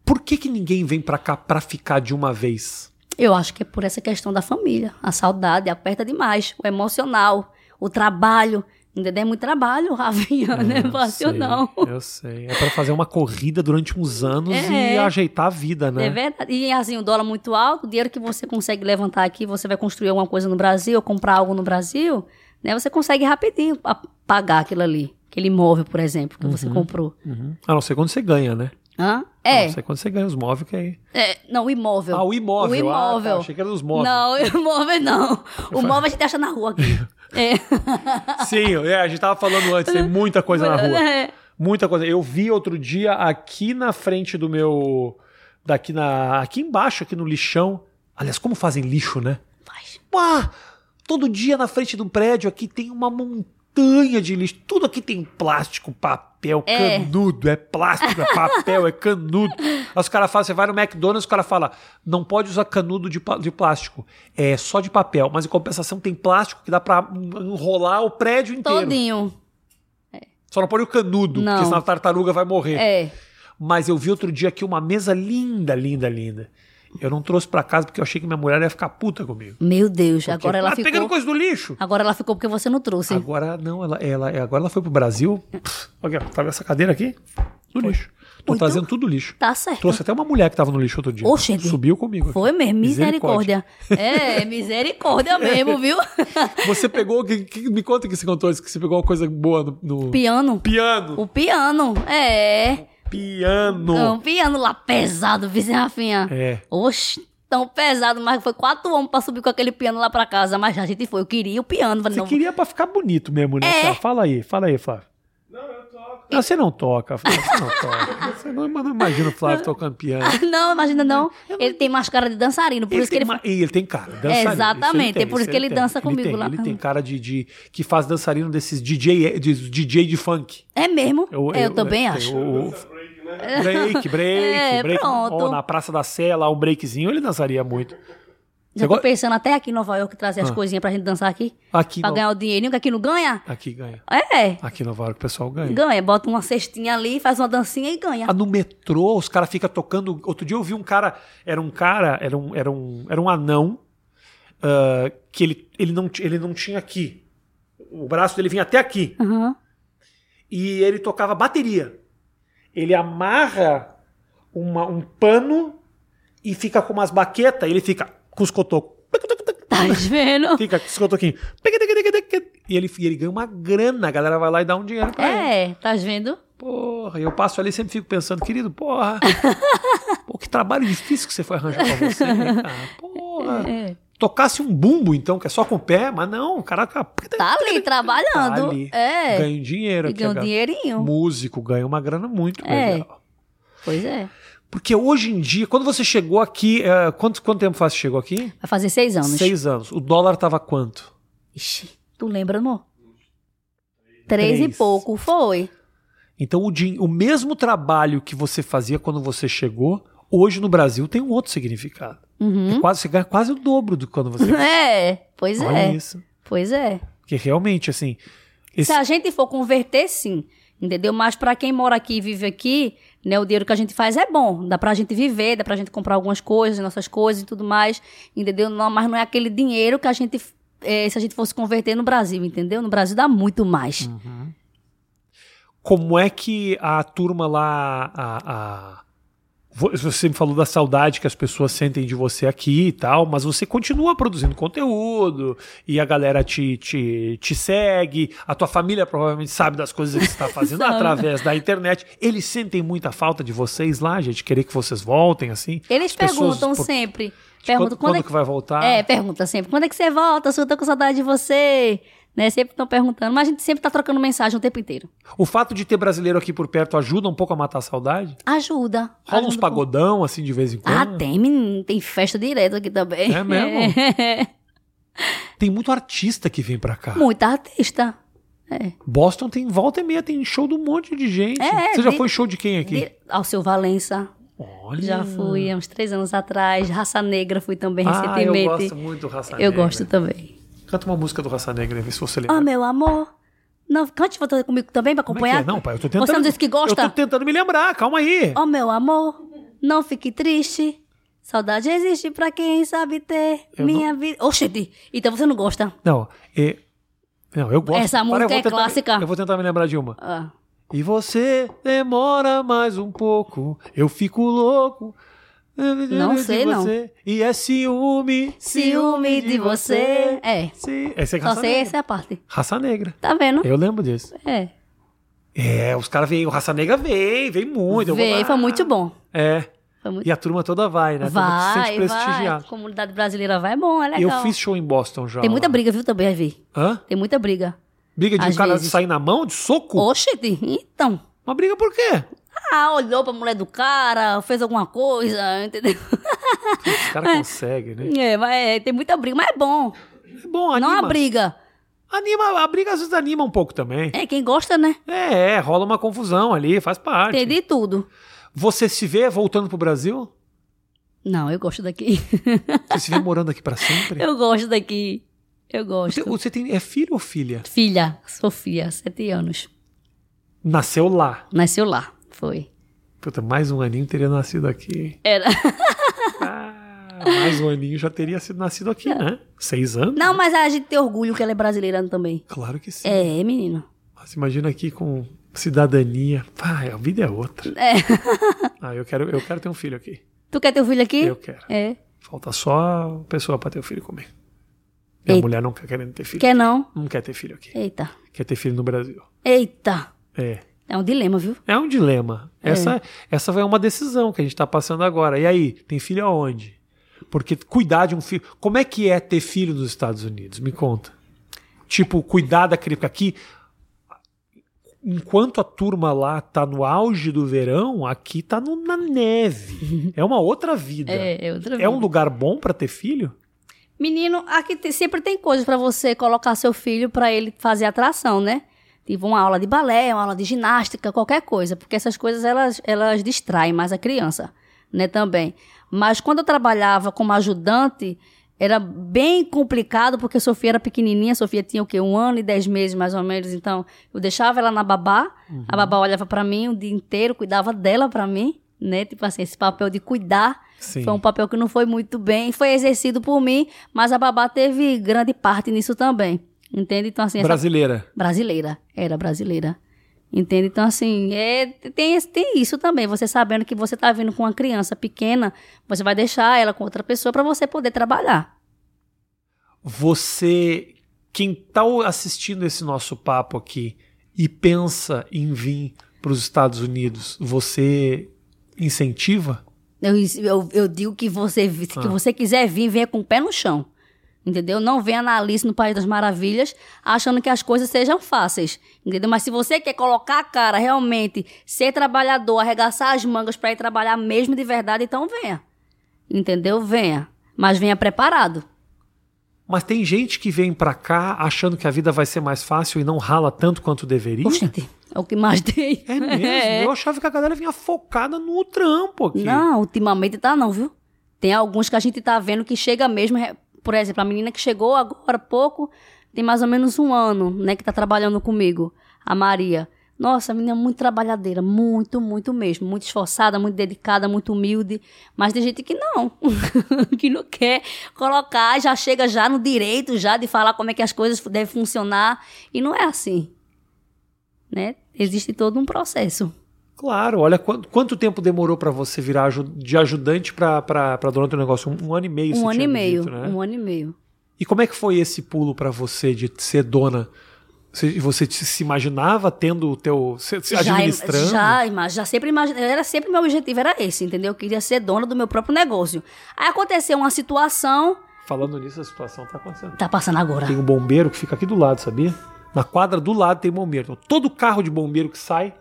Speaker 1: Por que, que ninguém vem pra cá pra ficar de uma vez?
Speaker 2: Eu acho que é por essa questão da família, a saudade aperta demais, o emocional, o trabalho, entendeu? É muito trabalho, Ravinha, né?
Speaker 1: Eu
Speaker 2: Fácil
Speaker 1: sei,
Speaker 2: não.
Speaker 1: Eu sei. É pra fazer uma corrida durante uns anos
Speaker 2: É.
Speaker 1: e ajeitar a vida, né?
Speaker 2: É verdade. E assim, o dólar muito alto, o dinheiro que você consegue levantar aqui, você vai construir alguma coisa no Brasil, ou comprar algo no Brasil, né? Você consegue rapidinho pa- pagar aquilo ali. Aquele imóvel, por exemplo, que você comprou.
Speaker 1: Uhum. A não ser quando você ganha, né?
Speaker 2: Hã?
Speaker 1: A
Speaker 2: É,
Speaker 1: não ser quando você ganha os móveis que aí.
Speaker 2: é. Não, o imóvel.
Speaker 1: Ah, o imóvel.
Speaker 2: O imóvel.
Speaker 1: Ah, tá, achei que era dos móveis.
Speaker 2: Não, o imóvel não. O móvel a gente acha na rua aqui. É.
Speaker 1: Sim, é, a gente tava falando antes, tem muita coisa na rua.
Speaker 2: É.
Speaker 1: Muita coisa. Eu vi outro dia aqui na frente do meu. Daqui na. Aqui embaixo, aqui no lixão. Aliás, como fazem lixo, né?
Speaker 2: Faz.
Speaker 1: Pá! Todo dia na frente do prédio aqui tem uma montanha de lixo. Tudo aqui tem plástico, papel,
Speaker 2: É.
Speaker 1: canudo. É plástico, é papel, é canudo. Aí os caras falam, você vai no McDonald's, os caras falam, não pode usar canudo de, pa- de plástico. É só de papel. Mas em compensação tem plástico que dá pra enrolar o prédio inteiro.
Speaker 2: Todinho.
Speaker 1: Só não pode o canudo,
Speaker 2: Não.
Speaker 1: porque senão a tartaruga vai morrer.
Speaker 2: É.
Speaker 1: Mas eu vi outro dia aqui uma mesa linda, linda, linda. Eu não trouxe pra casa porque eu achei que minha mulher ia ficar puta comigo.
Speaker 2: Meu Deus,
Speaker 1: Porque,
Speaker 2: agora ela
Speaker 1: "Ah, pegando
Speaker 2: ficou.
Speaker 1: coisa do lixo.
Speaker 2: Agora ela ficou porque você não trouxe.
Speaker 1: Agora não, ela, ela- agora ela foi pro Brasil. Pff, Olha, aqui, ó, tá vendo essa cadeira aqui? Do lixo. Tô
Speaker 2: Muito-
Speaker 1: trazendo tudo lixo.
Speaker 2: Tá certo.
Speaker 1: Trouxe até uma mulher que tava no lixo outro dia.
Speaker 2: Oxente.
Speaker 1: Subiu comigo. aqui.
Speaker 2: Foi mesmo, misericórdia. É, misericórdia mesmo, viu?
Speaker 1: Você pegou. que- que- me conta que você contou isso, que você pegou uma coisa boa no. no-
Speaker 2: Piano.
Speaker 1: Piano!
Speaker 2: O piano, é.
Speaker 1: Piano!
Speaker 2: Um piano lá pesado, vizinha Rafinha.
Speaker 1: É.
Speaker 2: Oxe, tão pesado, mas foi quatro homens pra subir com aquele piano lá pra casa. Mas a gente foi, eu queria o piano. Falei,
Speaker 1: Você
Speaker 2: não,
Speaker 1: queria pra ficar bonito mesmo, né?
Speaker 2: É.
Speaker 1: Fá- Fala aí, fala aí, Flávio.
Speaker 4: Não, eu toco.
Speaker 1: Não, você não toca, Flávio. Você não toca. Você não, não imagina o Flávio tocando piano.
Speaker 2: Ah, não, imagina não. Ele tem mais cara de dançarino, por isso que
Speaker 1: tem
Speaker 2: ele...
Speaker 1: ma- e É, ele tem cara, dançarino.
Speaker 2: Exatamente,
Speaker 1: Isso ele
Speaker 2: é por isso que ele
Speaker 1: tem.
Speaker 2: dança comigo
Speaker 1: tem,
Speaker 2: lá.
Speaker 1: Ele tem cara de, de- que faz dançarino desses DJ de, DJ de funk.
Speaker 2: É mesmo? é, eu, também
Speaker 1: eu-
Speaker 2: acho.
Speaker 1: eu-
Speaker 4: Break, né?
Speaker 1: break, break,
Speaker 2: É,
Speaker 1: break.
Speaker 2: pronto.
Speaker 1: Ou na Praça da Sé, lá um breakzinho, ele dançaria muito.
Speaker 2: Já tô
Speaker 1: go-
Speaker 2: pensando até aqui em Nova York trazer
Speaker 1: Ah.
Speaker 2: as coisinhas pra gente dançar aqui.
Speaker 1: Aqui,
Speaker 2: pra
Speaker 1: no-
Speaker 2: ganhar um o dinheirinho que aqui não ganha.
Speaker 1: aqui ganha.
Speaker 2: É,
Speaker 1: Aqui em Nova York o pessoal ganha.
Speaker 2: ganha. Bota uma cestinha ali, faz uma dancinha e ganha.
Speaker 1: Ah, no metrô, os caras ficam tocando. Outro dia eu vi um cara. Era um cara, era um, era um, era um anão ah, que ele, ele, não, ti- ele não tinha aqui. O braço dele vinha até aqui.
Speaker 2: Aham.
Speaker 1: E ele tocava bateria. Ele amarra uma- um pano e fica com umas baquetas, ele fica com os cotocos.
Speaker 2: Tá vendo?
Speaker 1: Fica com os cotoquinhos. E ele, e ele ganha uma grana, a galera vai lá e dá um dinheiro pra ele.
Speaker 2: É, tá vendo?
Speaker 1: Porra, eu passo ali e sempre fico pensando, querido, porra. pô, que trabalho difícil que você foi arranjar pra você, né, cara? Porra.
Speaker 2: É.
Speaker 1: Tocasse um bumbo, então, que é só com o pé, mas não, caraca.
Speaker 2: Tá ali trabalhando.
Speaker 1: ali.
Speaker 2: É.
Speaker 1: Ganha um dinheiro
Speaker 2: E
Speaker 1: aqui.
Speaker 2: ganha um
Speaker 1: agora.
Speaker 2: dinheirinho.
Speaker 1: Músico ganha uma grana muito
Speaker 2: É.
Speaker 1: legal.
Speaker 2: Pois é.
Speaker 1: Porque hoje em dia, quando você chegou aqui, eh, quanto, quanto tempo faz que chegou aqui?
Speaker 2: Vai fazer seis anos.
Speaker 1: Seis anos. O dólar tava quanto?
Speaker 2: Ixi, tu lembra, amor?
Speaker 1: Três.
Speaker 2: Três, e pouco, foi.
Speaker 1: Então, o, din- o mesmo trabalho que você fazia quando você chegou, hoje no Brasil tem um outro significado.
Speaker 2: Uhum.
Speaker 1: É quase, você ganha quase o dobro do quando você
Speaker 2: É, pois
Speaker 1: Olha
Speaker 2: é.
Speaker 1: isso.
Speaker 2: Pois é.
Speaker 1: Porque realmente, assim. Esse,
Speaker 2: Se a gente for converter, sim. Entendeu? Mas pra quem mora aqui e vive aqui, né, o dinheiro que a gente faz é bom. Dá pra gente viver, dá pra gente comprar algumas coisas, nossas coisas e tudo mais. Entendeu? Não, mas não é aquele dinheiro que a gente. eh, se a gente fosse converter no Brasil, entendeu? No Brasil dá muito mais.
Speaker 1: Hum. como é que a turma lá. A, a- vo- você me falou da saudade que as pessoas sentem de você aqui e tal, mas você continua produzindo conteúdo e a galera te, te, te segue, a tua família provavelmente sabe das coisas que você está fazendo
Speaker 2: Sabe.
Speaker 1: através da internet. Eles sentem muita falta de vocês lá, gente, querer que vocês voltem, assim.
Speaker 2: Eles
Speaker 1: As pessoas,
Speaker 2: perguntam
Speaker 1: por-
Speaker 2: sempre.
Speaker 1: de
Speaker 2: Perguntam
Speaker 1: quando, quando
Speaker 2: é
Speaker 1: que vai voltar?
Speaker 2: É, pergunta sempre. Quando é que você volta? Eu tô com saudade de você. Né? Sempre estão perguntando. Mas a gente sempre tá trocando mensagem o tempo inteiro.
Speaker 1: O fato de ter brasileiro aqui por perto ajuda um pouco a matar a saudade?
Speaker 2: Ajuda.
Speaker 1: Rola uns
Speaker 2: Ajuda um com-
Speaker 1: pagodão, assim, de vez em quando?
Speaker 2: Ah, tem, menino. Tem festa direto aqui também.
Speaker 1: É mesmo?
Speaker 2: Ah.
Speaker 1: Tem muito artista que vem pra cá.
Speaker 2: Muita artista. É.
Speaker 1: Boston tem volta e meia, tem show de um monte de gente.
Speaker 2: É,
Speaker 1: Você já
Speaker 2: de-
Speaker 1: foi show de quem aqui?
Speaker 2: De... Ao seu Valença.
Speaker 1: Olha.
Speaker 2: Já fui há uns três anos atrás. Raça Negra fui também
Speaker 1: Hum. Ah, eu
Speaker 2: recentemente.
Speaker 1: gosto muito do Raça Negra.
Speaker 2: Eu gosto também.
Speaker 1: Canta uma música do Raça Negra, vê se você lembra.
Speaker 2: Ah, meu amor. Não, cante você comigo também pra
Speaker 1: Como é
Speaker 2: acompanhar?
Speaker 1: que é? Não, pai, eu tô tentando.
Speaker 2: Você não disse que gosta?
Speaker 1: Eu tô tentando me lembrar, calma aí.
Speaker 2: Ó Oh, meu amor, não fique triste. Saudade existe pra quem sabe ter
Speaker 1: Eu
Speaker 2: minha vida. Oxente, então você não gosta.
Speaker 1: Não, é- não, eu gosto. Para, eu
Speaker 2: Essa música
Speaker 1: vou
Speaker 2: é
Speaker 1: tentar-
Speaker 2: clássica.
Speaker 1: Eu vou tentar me lembrar de uma.
Speaker 2: Ah,
Speaker 1: E você demora mais um pouco, eu fico louco.
Speaker 2: Não
Speaker 1: De
Speaker 2: sei, não.
Speaker 1: você. E é ciúme,
Speaker 2: ciúme de você. É.
Speaker 1: Ci- Essa é
Speaker 2: Só
Speaker 1: raça
Speaker 2: sei
Speaker 1: negra.
Speaker 2: essa é a parte.
Speaker 1: Raça negra.
Speaker 2: Tá vendo?
Speaker 1: Eu lembro disso.
Speaker 2: É.
Speaker 1: É, os caras vêm, o Raça Negra vem, vem muito. eu vou
Speaker 2: Vê,
Speaker 1: lá.
Speaker 2: foi muito bom.
Speaker 1: É,
Speaker 2: Foi muito
Speaker 1: e a turma toda vai, né? A turma se
Speaker 2: Vai,
Speaker 1: sente
Speaker 2: vai.
Speaker 1: prestigiada.
Speaker 2: Comunidade brasileira vai, é bom, é legal.
Speaker 1: Eu fiz show em Boston já.
Speaker 2: Tem muita
Speaker 1: lá.
Speaker 2: briga, viu, também, Avi?
Speaker 1: Hã?
Speaker 2: Tem muita briga.
Speaker 1: Briga de
Speaker 2: Às
Speaker 1: um cara
Speaker 2: vezes.
Speaker 1: sair na mão, de soco?
Speaker 2: Oxente, então.
Speaker 1: Uma briga por quê?
Speaker 2: Ah, olhou pra mulher do cara, fez alguma coisa, entendeu?
Speaker 1: Os caras conseguem, né?
Speaker 2: É, mas é, tem muita briga, mas é bom.
Speaker 1: É bom,
Speaker 2: Não
Speaker 1: anima.
Speaker 2: é uma briga.
Speaker 1: Anima, a briga às vezes anima um pouco também.
Speaker 2: É, quem gosta, né?
Speaker 1: É, é, rola uma confusão ali, faz parte.
Speaker 2: Entendi tudo.
Speaker 1: Você se vê voltando pro Brasil?
Speaker 2: Não, eu gosto daqui.
Speaker 1: Você se vê morando aqui pra sempre?
Speaker 2: eu gosto daqui. Eu
Speaker 1: Você,
Speaker 2: gosto.
Speaker 1: você tem, é filho ou filha?
Speaker 2: Filha, Sofia, sete anos.
Speaker 1: Nasceu lá.
Speaker 2: Nasceu lá. Foi.
Speaker 1: Puta, mais um aninho teria nascido aqui, hein?
Speaker 2: Era.
Speaker 1: Ah, mais um aninho já teria sido nascido aqui, né? Seis anos?
Speaker 2: Não, mas a gente tem orgulho que ela é brasileira também.
Speaker 1: Claro que sim.
Speaker 2: É, menino.
Speaker 1: Mas imagina aqui com cidadania. Pai, a vida é outra.
Speaker 2: É.
Speaker 1: Ah, eu quero, eu quero ter um filho aqui.
Speaker 2: Tu quer teu filho aqui?
Speaker 1: Eu quero.
Speaker 2: É.
Speaker 1: Falta só uma pessoa pra ter o filho comigo. Minha
Speaker 2: Eita.
Speaker 1: mulher não quer querendo ter filho.
Speaker 2: Quer não?
Speaker 1: Não quer ter filho aqui.
Speaker 2: Eita.
Speaker 1: Quer ter filho no Brasil.
Speaker 2: Eita.
Speaker 1: É.
Speaker 2: É um dilema, viu?
Speaker 1: É um dilema. Essa, essa vai uma decisão que a gente tá passando agora. E aí, tem filho aonde? Porque cuidar de um filho. Como é que é ter filho nos Estados Unidos? Me conta. Tipo, cuidar da criança. Aqui, enquanto a turma lá tá no auge do verão, aqui tá no- na neve. É uma outra vida.
Speaker 2: Uhum. É, é outra
Speaker 1: É um
Speaker 2: vida.
Speaker 1: lugar bom pra ter filho?
Speaker 2: Menino, aqui te- sempre tem coisas pra você colocar seu filho pra ele fazer atração, né? Tipo uma aula de balé, uma aula de ginástica, qualquer coisa, porque essas coisas elas, elas distraem mais a criança, né, também. Mas quando eu trabalhava como ajudante, Era bem complicado, porque a Sofia era pequenininha, a Sofia tinha o quê? Um ano e dez meses, mais ou menos. Então, eu deixava ela na babá, a babá olhava pra mim o dia inteiro, cuidava dela pra mim, né? Tipo assim, esse papel de cuidar
Speaker 1: Sim.
Speaker 2: foi um papel que não foi muito bem, foi exercido por mim, mas a babá teve grande parte nisso também, entende? Então, assim, essa
Speaker 1: Brasileira.
Speaker 2: brasileira. Era brasileira. Entende? Então, assim, é, tem, esse- tem isso também. Você sabendo que você tá vindo com uma criança pequena, você vai deixar ela com outra pessoa para você poder trabalhar.
Speaker 1: Você, quem tá assistindo esse nosso papo aqui e pensa em vir para os Estados Unidos, você incentiva?
Speaker 2: Eu, eu, eu digo que você vi- que
Speaker 1: Ah.
Speaker 2: você quiser vir, venha com o pé no chão. Entendeu? Não venha na Alice no País das Maravilhas achando que as coisas sejam fáceis. Entendeu? Mas se você quer colocar a cara realmente, ser trabalhador, arregaçar as mangas para ir trabalhar mesmo de verdade, então venha. Entendeu? Venha. Mas venha preparado.
Speaker 1: Mas tem gente que vem pra cá achando que a vida vai ser mais fácil e não rala tanto quanto deveria.
Speaker 2: Oxente, é o que mais tem.
Speaker 1: É mesmo?
Speaker 2: É.
Speaker 1: Eu achava que a galera vinha focada no trampo aqui.
Speaker 2: Não, ultimamente tá não, viu? Tem alguns que a gente tá vendo que chega mesmo. re- Por exemplo, a menina que chegou agora há pouco, tem mais ou menos um ano, né, que tá trabalhando comigo, a Maria. Nossa, a menina é muito trabalhadeira, muito, muito mesmo. Muito esforçada, muito dedicada, muito humilde. Mas tem gente que não, que não quer colocar, já chega já no direito já de falar como é que as coisas devem funcionar. E não é assim, né? Existe todo um processo.
Speaker 1: Claro, olha quanto, quanto tempo demorou pra você virar aju- de ajudante pra pra- pra dona do negócio? Um, um ano e meio, você
Speaker 2: um ano
Speaker 1: tinha
Speaker 2: e
Speaker 1: me
Speaker 2: meio,
Speaker 1: dito, né?
Speaker 2: um ano e meio.
Speaker 1: E como é que foi esse pulo pra você de ser dona? Você, você te- se imaginava tendo o teu... se- se administrando?
Speaker 2: Já, já, já sempre imaginei, era sempre meu objetivo, era esse, entendeu? Eu queria ser dona do meu próprio negócio. Aí aconteceu uma situação,
Speaker 1: Falando nisso, a situação tá acontecendo.
Speaker 2: tá passando agora.
Speaker 1: Tem um bombeiro que fica aqui do lado, sabia? Na quadra do lado tem bombeiro. Então, todo carro de bombeiro que sai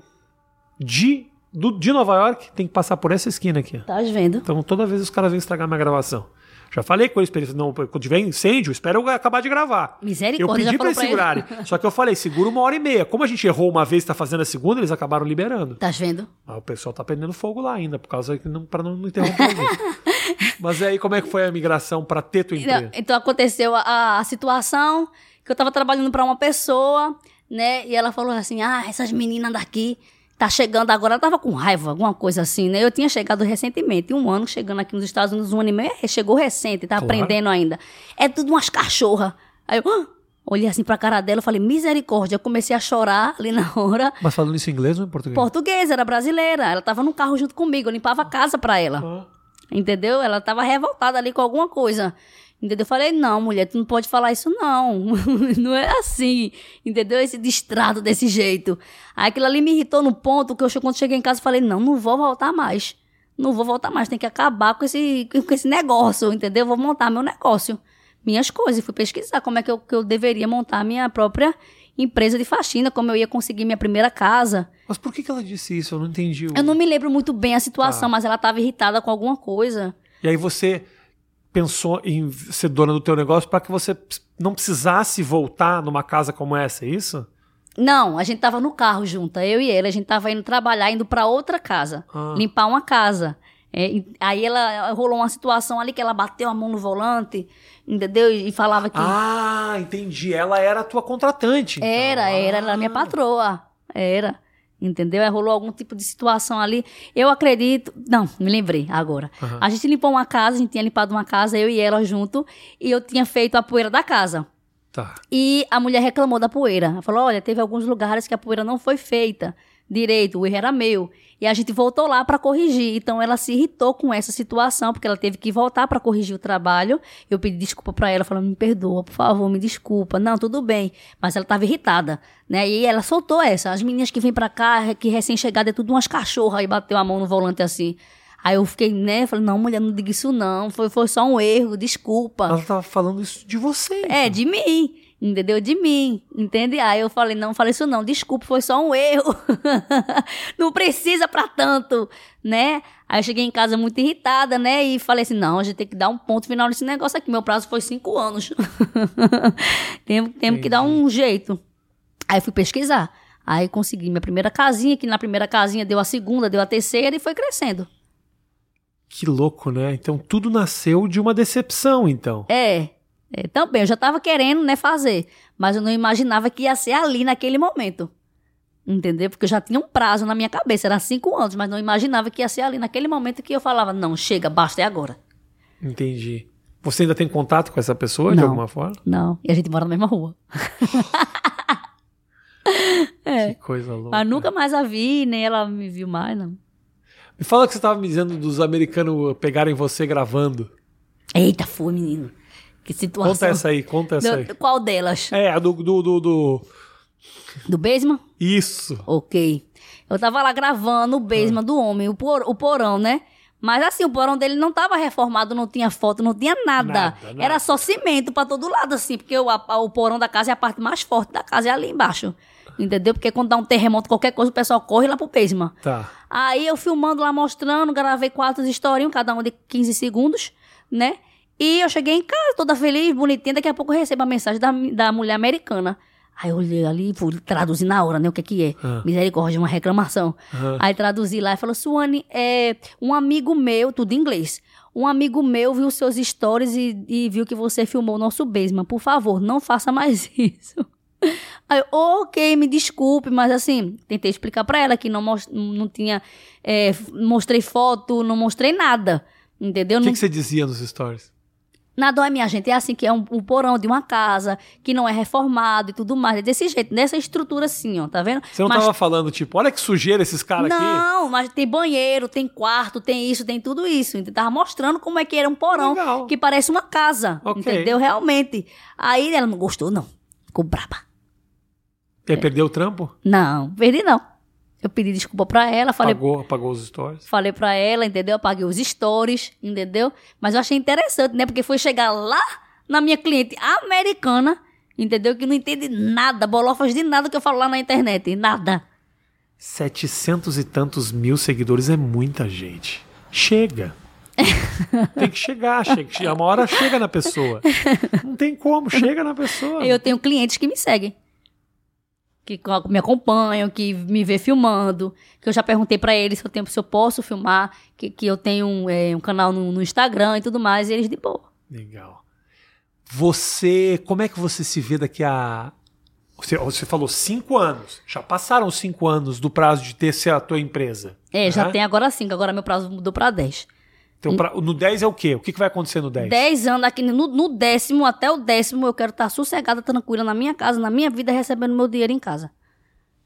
Speaker 1: de, do- de Nova York tem que passar por essa esquina aqui. ó.
Speaker 2: Tá vendo?
Speaker 1: Então toda vez os caras vêm estragar minha gravação. Já falei com eles, pra eles, não, quando tiver incêndio, espera eu acabar de gravar. Eu
Speaker 2: Misericórdia,
Speaker 1: pedi
Speaker 2: já
Speaker 1: pra
Speaker 2: falou
Speaker 1: eles
Speaker 2: pra ele.
Speaker 1: segurarem. Só que eu falei, segura uma hora e meia. Como a gente errou uma vez e tá fazendo a segunda, eles acabaram liberando.
Speaker 2: Tá vendo?
Speaker 1: Mas o pessoal tá prendendo fogo lá ainda, por causa que não, pra não, não interromper ninguém. Mas aí, como é que foi a migração pra ter tua
Speaker 2: Não,
Speaker 1: empresa?
Speaker 2: então aconteceu a- a, a situação que eu tava trabalhando pra uma pessoa, né? E ela falou assim: "Ah, essas meninas daqui tá chegando agora". Ela tava com raiva, alguma coisa assim, né? Eu tinha chegado recentemente, um ano chegando aqui nos Estados Unidos, um ano e meio, chegou recente, tá
Speaker 1: Claro.
Speaker 2: aprendendo ainda. É tudo umas cachorra. Aí eu "Ah!" olhei assim pra cara dela, eu falei: "Misericórdia". Eu comecei a chorar ali na hora.
Speaker 1: Mas falando isso em inglês ou em português?
Speaker 2: Portuguesa, era brasileira. Ela tava no carro junto comigo, eu limpava a casa pra ela.
Speaker 1: Ah.
Speaker 2: Entendeu? Ela tava revoltada ali com alguma coisa. Entendeu? Eu falei, não, mulher, tu não pode falar isso, não. não é assim. Entendeu? Esse distrato desse jeito. Aí aquilo ali me irritou no ponto que eu, che- quando cheguei em casa, eu falei, não, não vou voltar mais. Não vou voltar mais, tem que acabar com esse, com esse negócio, entendeu? Vou montar meu negócio, minhas coisas. Fui pesquisar como é que eu, que eu deveria montar minha própria empresa de faxina, como eu ia conseguir minha primeira casa.
Speaker 1: Mas por que, que ela disse isso? Eu não entendi. o-
Speaker 2: Eu não me lembro muito bem a situação,
Speaker 1: Tá.
Speaker 2: mas ela estava irritada com alguma coisa.
Speaker 1: E aí você pensou em ser dona do teu negócio para que você ps- não precisasse voltar numa casa como essa, é isso?
Speaker 2: Não, a gente tava no carro junta, eu e ela. A gente tava indo trabalhar, indo pra outra casa,
Speaker 1: Ah.
Speaker 2: limpar uma casa. É, e- aí ela rolou uma situação ali que ela bateu a mão no volante, entendeu? E, e falava que
Speaker 1: Ah, entendi. Ela era a tua contratante. então.
Speaker 2: era, era, ela era minha
Speaker 1: Ah.
Speaker 2: patroa, era. Entendeu? Aí rolou algum tipo de situação ali. Eu acredito. Não, me lembrei agora.
Speaker 1: Aham.
Speaker 2: A gente limpou uma casa, a gente tinha limpado uma casa, eu e ela junto, e eu tinha feito a poeira da casa.
Speaker 1: Tá.
Speaker 2: E a mulher reclamou da poeira. Ela falou: olha, teve alguns lugares que a poeira não foi feita direito, o erro era meu. E a gente voltou lá para corrigir. Então ela se irritou com essa situação, porque ela teve que voltar para corrigir o trabalho. Eu pedi desculpa para ela, falando: me perdoa, por favor, me desculpa. Não, tudo bem. Mas ela estava irritada, né? E ela soltou essa. As meninas que vêm para cá, que recém-chegada, é tudo umas cachorras, e bateu a mão no volante assim. Aí eu fiquei, né? Falei: não, mulher, não diga isso não. Foi, foi só um erro, desculpa.
Speaker 1: Ela tava falando isso de você.
Speaker 2: É, de mim. Entendeu? De mim. Entende? Aí eu falei, não, falei isso não. Desculpa, foi só um erro. não precisa pra tanto, né? Aí eu cheguei em casa muito irritada, né? E falei assim, não, a gente tem que dar um ponto final nesse negócio aqui. Meu prazo foi cinco anos. temos temos que dar um jeito. Aí fui pesquisar. Aí consegui minha primeira casinha, que na primeira casinha deu a segunda, deu a terceira e foi crescendo.
Speaker 1: Que louco, né? Então tudo nasceu de uma decepção, então.
Speaker 2: É, é, também, eu já tava querendo, né, fazer. Mas eu não imaginava que ia ser ali naquele momento. Entendeu? Porque eu já tinha um prazo na minha cabeça, era cinco anos, mas não imaginava que ia ser ali naquele momento que eu falava, não, chega, basta, é agora.
Speaker 1: Entendi. Você ainda tem contato com essa pessoa de
Speaker 2: Não.
Speaker 1: alguma forma?
Speaker 2: Não, e a gente mora na mesma rua.
Speaker 1: Que coisa louca.
Speaker 2: Mas É. Ah, nunca mais a vi, nem ela me viu mais, não.
Speaker 1: Me fala que você estava me dizendo dos americanos pegarem você gravando.
Speaker 2: Eita, foi, menino. Que situação.
Speaker 1: Conta essa aí, conta essa aí.
Speaker 2: Do- Qual delas?
Speaker 1: É, a do, do, do, do-
Speaker 2: Do basement?
Speaker 1: Isso.
Speaker 2: Ok. Eu tava lá gravando o
Speaker 1: Ah.
Speaker 2: basement do homem, o, por- o porão, né? Mas assim, o porão dele não tava reformado, não tinha foto, não tinha nada.
Speaker 1: Nada, nada.
Speaker 2: Era só cimento pra todo lado, assim, porque o, a- o porão da casa é a parte mais forte da casa, é ali embaixo. Entendeu? Porque quando dá um terremoto, qualquer coisa, o pessoal corre lá pro basement.
Speaker 1: Tá.
Speaker 2: Aí eu filmando lá, mostrando, gravei quatro historinhas, cada uma de 15 segundos, né? E eu cheguei em casa, toda feliz, bonitinha. Daqui a pouco eu recebo a mensagem da, da mulher americana. Aí eu olhei ali, vou traduzir na hora, né? O que que é?
Speaker 1: Ah.
Speaker 2: Misericórdia, uma reclamação.
Speaker 1: Ah.
Speaker 2: Aí traduzi lá e falou: Suane, é, um amigo meu, tudo em inglês. Um amigo meu viu seus stories e, e viu que você filmou o nosso basement. Por favor, não faça mais isso. Aí, eu, ok, me desculpe, mas assim, tentei explicar pra ela que não, mos- não tinha. é, f- mostrei foto, não mostrei nada. Entendeu?
Speaker 1: O que,
Speaker 2: Não-
Speaker 1: que você dizia nos stories?
Speaker 2: Nada é minha gente, é assim que é um, um porão de uma casa que não é reformado e tudo mais. É desse jeito, nessa estrutura assim, ó, tá vendo?
Speaker 1: Você não
Speaker 2: Mas
Speaker 1: tava falando, tipo, olha que sujeira esses caras aqui.
Speaker 2: não, mas tem banheiro, tem quarto, tem isso, tem tudo isso. Então, tava mostrando como é que era um porão
Speaker 1: Legal.
Speaker 2: que parece uma casa,
Speaker 1: Ok.
Speaker 2: entendeu? Realmente. Aí ela não gostou, não. Ficou braba.
Speaker 1: E aí perdeu o trampo?
Speaker 2: Não, perdi não. Eu pedi desculpa pra ela, falei,
Speaker 1: Apagou, apagou os stories.
Speaker 2: falei pra ela, entendeu? Apaguei os stories, entendeu? Mas eu achei interessante, né? Porque foi chegar lá na minha cliente americana, entendeu? Que não entende nada, bolofas de nada que eu falo lá na internet, nada.
Speaker 1: Setecentos e tantos mil seguidores é muita gente. Chega. tem que chegar, chega, chega. Uma hora chega na pessoa. Não tem como, chega na pessoa.
Speaker 2: Eu tenho clientes que me seguem. Que co- me acompanham, que me vê filmando. Que eu já perguntei pra eles se eu, tenho, se eu posso filmar. Que, que eu tenho um, eh, um canal no, no Instagram e tudo mais. E eles de boa.
Speaker 1: Legal. Você, como é que você se vê daqui a. Você, você falou cinco anos. Já passaram cinco anos do prazo de ter ser a tua empresa.
Speaker 2: É, já
Speaker 1: né?
Speaker 2: tem agora 5. Agora meu prazo mudou pra 10.
Speaker 1: Então, pra- no 10 é o quê? O que, que vai acontecer no 10?
Speaker 2: 10 anos aqui. No, no décimo até o décimo eu quero estar sossegada, tranquila na minha casa, na minha vida, recebendo meu dinheiro em casa.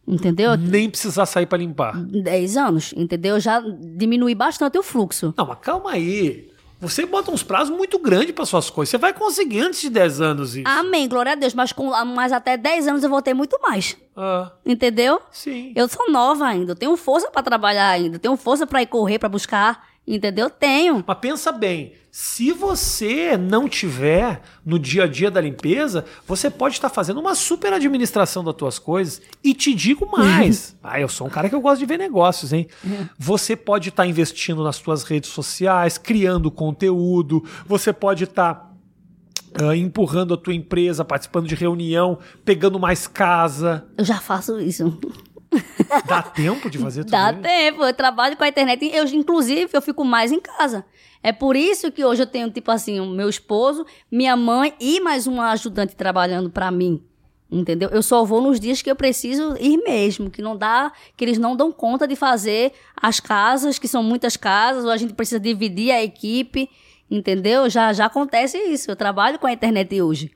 Speaker 2: Entendeu?
Speaker 1: Nem precisar sair pra limpar.
Speaker 2: 10 anos, entendeu? Já diminui bastante o fluxo.
Speaker 1: Não, mas calma aí. Você bota uns prazos muito grandes para suas coisas. Você vai conseguir antes de 10 anos isso.
Speaker 2: Amém, glória a Deus. Mas, com, mas até 10 anos eu vou ter muito mais.
Speaker 1: Ah,
Speaker 2: Entendeu?
Speaker 1: sim.
Speaker 2: Eu sou nova ainda, eu tenho força pra trabalhar ainda, eu tenho força pra ir correr, pra buscar, entendeu? Tenho.
Speaker 1: Mas pensa bem, se você não tiver no dia a dia da limpeza, você pode estar fazendo uma super administração das tuas coisas. E te digo mais, ah, eu sou um cara que eu gosto de ver negócios, hein? Você pode estar investindo nas suas redes sociais, criando conteúdo, você pode estar ah, empurrando a tua empresa, participando de reunião, pegando mais casa.
Speaker 2: Eu já faço isso.
Speaker 1: Dá tempo de fazer tudo
Speaker 2: Dá
Speaker 1: isso?
Speaker 2: tempo, eu trabalho com a internet. Eu, inclusive, eu fico mais em casa. É por isso que hoje eu tenho, tipo assim, o meu esposo, minha mãe e mais uma ajudante trabalhando pra mim. Entendeu? Eu só vou nos dias que eu preciso ir mesmo, que não dá, que eles não dão conta de fazer as casas, que são muitas casas, ou a gente precisa dividir a equipe, entendeu? Já já acontece isso. Eu trabalho com a internet hoje.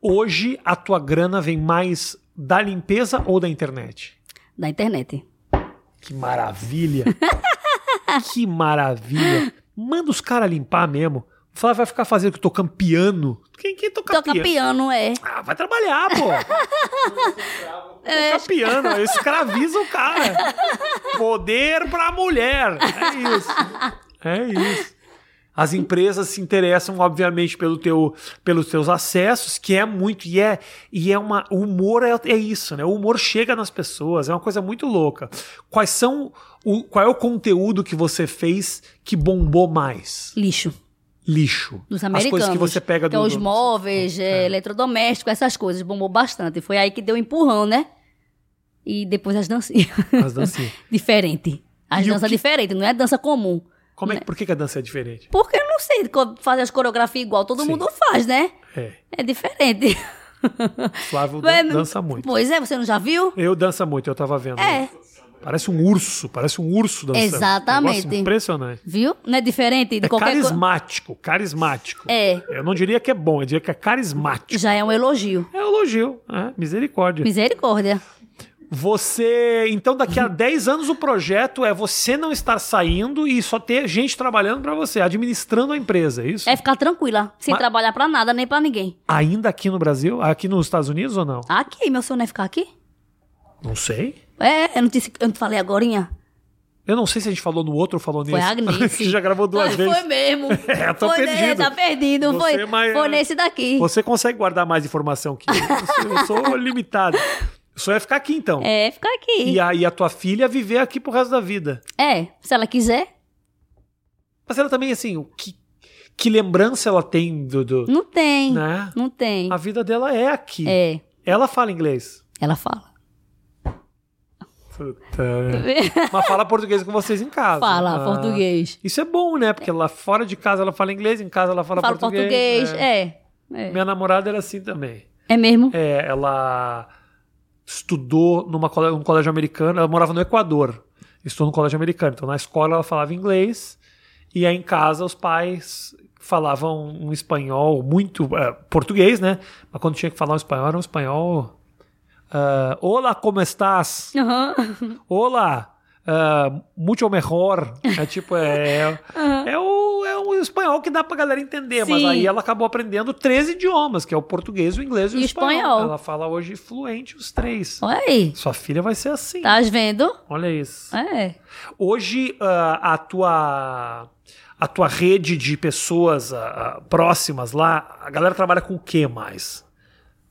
Speaker 1: Hoje a tua grana vem mais da limpeza ou da internet?
Speaker 2: da internet.
Speaker 1: Que maravilha! que maravilha! Manda os caras limpar mesmo. Fala, vai ficar fazendo que tocando piano. Quem, quem toca,
Speaker 2: Tocar
Speaker 1: piano?
Speaker 2: piano é.
Speaker 1: Ah, vai trabalhar, pô!
Speaker 2: É.
Speaker 1: Tocar piano, escraviza o cara. Poder pra mulher. É isso. É isso. As empresas se interessam, obviamente, pelo teu, pelos teus acessos, que é muito, e é, e é uma. O humor é, é isso, né? O humor chega nas pessoas, é uma coisa muito louca. Quais são. O, qual é o conteúdo que você fez que bombou mais?
Speaker 2: Lixo.
Speaker 1: Lixo.
Speaker 2: Dos
Speaker 1: As
Speaker 2: americanos.
Speaker 1: coisas que você pega
Speaker 2: é
Speaker 1: do.
Speaker 2: os
Speaker 1: do-
Speaker 2: móveis, é, eletrodomésticos, essas coisas. Bombou bastante. Foi aí que deu um empurrão, né? E depois as dancinhas.
Speaker 1: As dancinhas.
Speaker 2: Diferente. As
Speaker 1: E o
Speaker 2: danças
Speaker 1: que-
Speaker 2: diferentes, não é dança comum.
Speaker 1: Como é, que- por que, que a dança é diferente?
Speaker 2: Porque eu não sei co- fazer as coreografias igual todo
Speaker 1: Sim.
Speaker 2: mundo faz, né?
Speaker 1: É,
Speaker 2: É diferente.
Speaker 1: Flávio
Speaker 2: Mas-
Speaker 1: dan- dança muito.
Speaker 2: Pois é, você não já viu?
Speaker 1: Eu dança muito, eu tava vendo.
Speaker 2: É.
Speaker 1: Parece um urso, parece um urso dançando.
Speaker 2: Exatamente.
Speaker 1: Negócio impressionante.
Speaker 2: Viu? Não é diferente de
Speaker 1: É
Speaker 2: qualquer coisa.
Speaker 1: carismático, carismático.
Speaker 2: É.
Speaker 1: Eu não diria que é bom, eu diria que é carismático.
Speaker 2: Já é um elogio.
Speaker 1: É elogio, é, misericórdia.
Speaker 2: Misericórdia.
Speaker 1: Você. Então, daqui a 10 anos, o projeto é você não estar saindo e só ter gente trabalhando pra você, administrando a empresa, é isso?
Speaker 2: É ficar tranquila, sem
Speaker 1: Mas-
Speaker 2: trabalhar pra nada, nem pra ninguém.
Speaker 1: Ainda aqui no Brasil? Aqui nos Estados Unidos ou não?
Speaker 2: Aqui, meu sonho não é ficar aqui?
Speaker 1: Não sei.
Speaker 2: É, eu não, disse, eu não te falei agorinha?
Speaker 1: Eu não sei se a gente falou no outro ou falou nisso.
Speaker 2: Foi a Agnes. Ah,
Speaker 1: Você já gravou duas
Speaker 2: foi,
Speaker 1: vezes.
Speaker 2: Foi mesmo.
Speaker 1: É, tô
Speaker 2: foi,
Speaker 1: perdido.
Speaker 2: né? Tá perdido.
Speaker 1: Você
Speaker 2: foi,
Speaker 1: é mais-
Speaker 2: foi nesse daqui.
Speaker 1: Você consegue guardar mais informação que eu. Eu sou, eu sou limitado. Só ia ficar aqui, então.
Speaker 2: É, ficar aqui.
Speaker 1: E a, e a tua filha viver aqui pro resto da vida.
Speaker 2: É, se ela quiser,
Speaker 1: Mas ela também, assim, o que, que lembrança ela tem do. do-
Speaker 2: não tem. Não,
Speaker 1: né?
Speaker 2: tem.
Speaker 1: A vida dela é aqui.
Speaker 2: Hum. É,
Speaker 1: Ela fala inglês.
Speaker 2: ela fala.
Speaker 1: Puta. Mas fala português com vocês em casa.
Speaker 2: fala
Speaker 1: Ah,
Speaker 2: português.
Speaker 1: Isso é bom, né? Porque lá fora de casa ela fala inglês, em casa ela fala,
Speaker 2: Fala português.
Speaker 1: né?
Speaker 2: É. É.
Speaker 1: Minha namorada era assim também.
Speaker 2: É mesmo?
Speaker 1: É, ela estudou numa cole- num colégio americano, ela morava no Equador. Estudou no colégio americano. Então na escola ela falava inglês e aí em casa os pais falavam um espanhol muito é, português, né? Mas quando tinha que falar um espanhol era um espanhol ah, Olá, como estás?
Speaker 2: Aham.
Speaker 1: Olá, ah, muito melhor. É tipo, é, é, o, é um espanhol que dá pra galera entender, mas
Speaker 2: Sim.
Speaker 1: aí ela acabou aprendendo três idiomas, que é o português, o inglês e,
Speaker 2: E
Speaker 1: o
Speaker 2: o
Speaker 1: espanhol.
Speaker 2: espanhol.
Speaker 1: Ela fala hoje fluente os três.
Speaker 2: Olha aí.
Speaker 1: Sua filha vai ser assim.
Speaker 2: Tá vendo?
Speaker 1: Olha isso.
Speaker 2: É.
Speaker 1: Hoje, ah, a tua a tua rede de pessoas ah, ah, próximas lá, a galera trabalha com o que mais?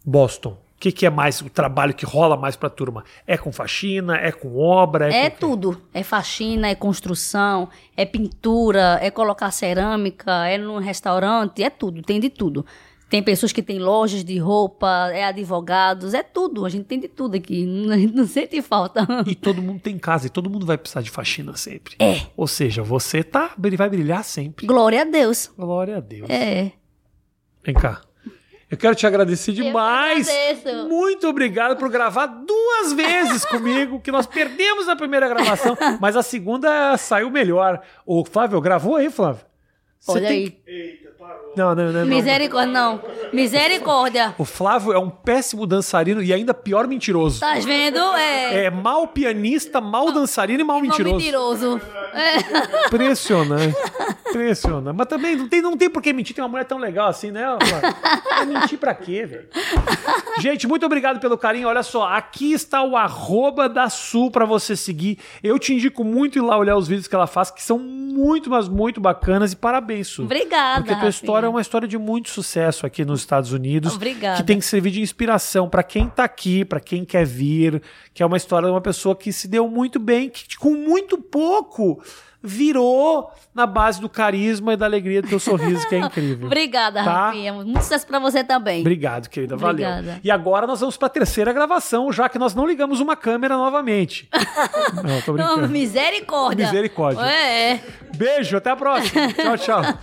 Speaker 1: Boston. O que, que é mais o trabalho que rola mais pra turma? É com faxina? É com obra?
Speaker 2: É
Speaker 1: com o quê?
Speaker 2: tudo. É faxina, é construção, é pintura, é colocar cerâmica, é num restaurante, é tudo, tem de tudo. Tem pessoas que têm lojas de roupa, é advogados, é tudo. A gente tem de tudo aqui. A gente não sente falta.
Speaker 1: E todo mundo tem casa e todo mundo vai precisar de faxina sempre. É. Ou seja, você tá, ele vai brilhar sempre.
Speaker 2: Glória a Deus.
Speaker 1: Glória a Deus.
Speaker 2: É.
Speaker 1: Vem cá. Eu quero te agradecer
Speaker 2: que
Speaker 1: demais.
Speaker 2: agradeço.
Speaker 1: Muito obrigado por gravar duas vezes comigo, que nós perdemos a primeira gravação, mas a segunda saiu melhor. O Flávio gravou aí, Flávio? Você
Speaker 2: Olha
Speaker 1: tem
Speaker 2: aí.
Speaker 1: que- Não, não, não, não.
Speaker 2: Misericórdia, não. Misericórdia.
Speaker 1: O Flávio é um péssimo dançarino e ainda pior mentiroso.
Speaker 2: Tá vendo? É.
Speaker 1: É mal pianista, mal dançarino e mal
Speaker 2: Não,
Speaker 1: mentiroso.
Speaker 2: mentiroso. É.
Speaker 1: Impressionante. Impressionante. Mas também não tem, não tem por que mentir, tem uma mulher tão legal assim, né? Vai mentir pra quê, velho? Gente, muito obrigado pelo carinho. Olha só, aqui está o arroba da Sul pra você seguir. Eu te indico muito ir lá olhar os vídeos que ela faz, que são muito, mas muito bacanas. E parabéns, Su.
Speaker 2: Obrigada.
Speaker 1: Porque a tua história é
Speaker 2: filha.
Speaker 1: uma história de muito sucesso aqui nos Estados Unidos.
Speaker 2: Obrigada.
Speaker 1: Que tem que servir de inspiração pra quem tá aqui, pra quem quer vir, que é uma história de uma pessoa que se deu muito bem, que com muito pouco virou na base do carisma e da alegria do teu sorriso, que é incrível.
Speaker 2: Obrigada,
Speaker 1: Tá?
Speaker 2: Rafinha. Muito sucesso pra você também.
Speaker 1: Obrigado, querida. Valeu.
Speaker 2: Obrigada.
Speaker 1: E agora nós vamos pra terceira gravação, já que nós não ligamos uma câmera novamente. não, tô
Speaker 2: Não,
Speaker 1: brincando.
Speaker 2: misericórdia.
Speaker 1: Misericórdia.
Speaker 2: É.
Speaker 1: Beijo, até a próxima. Tchau, tchau.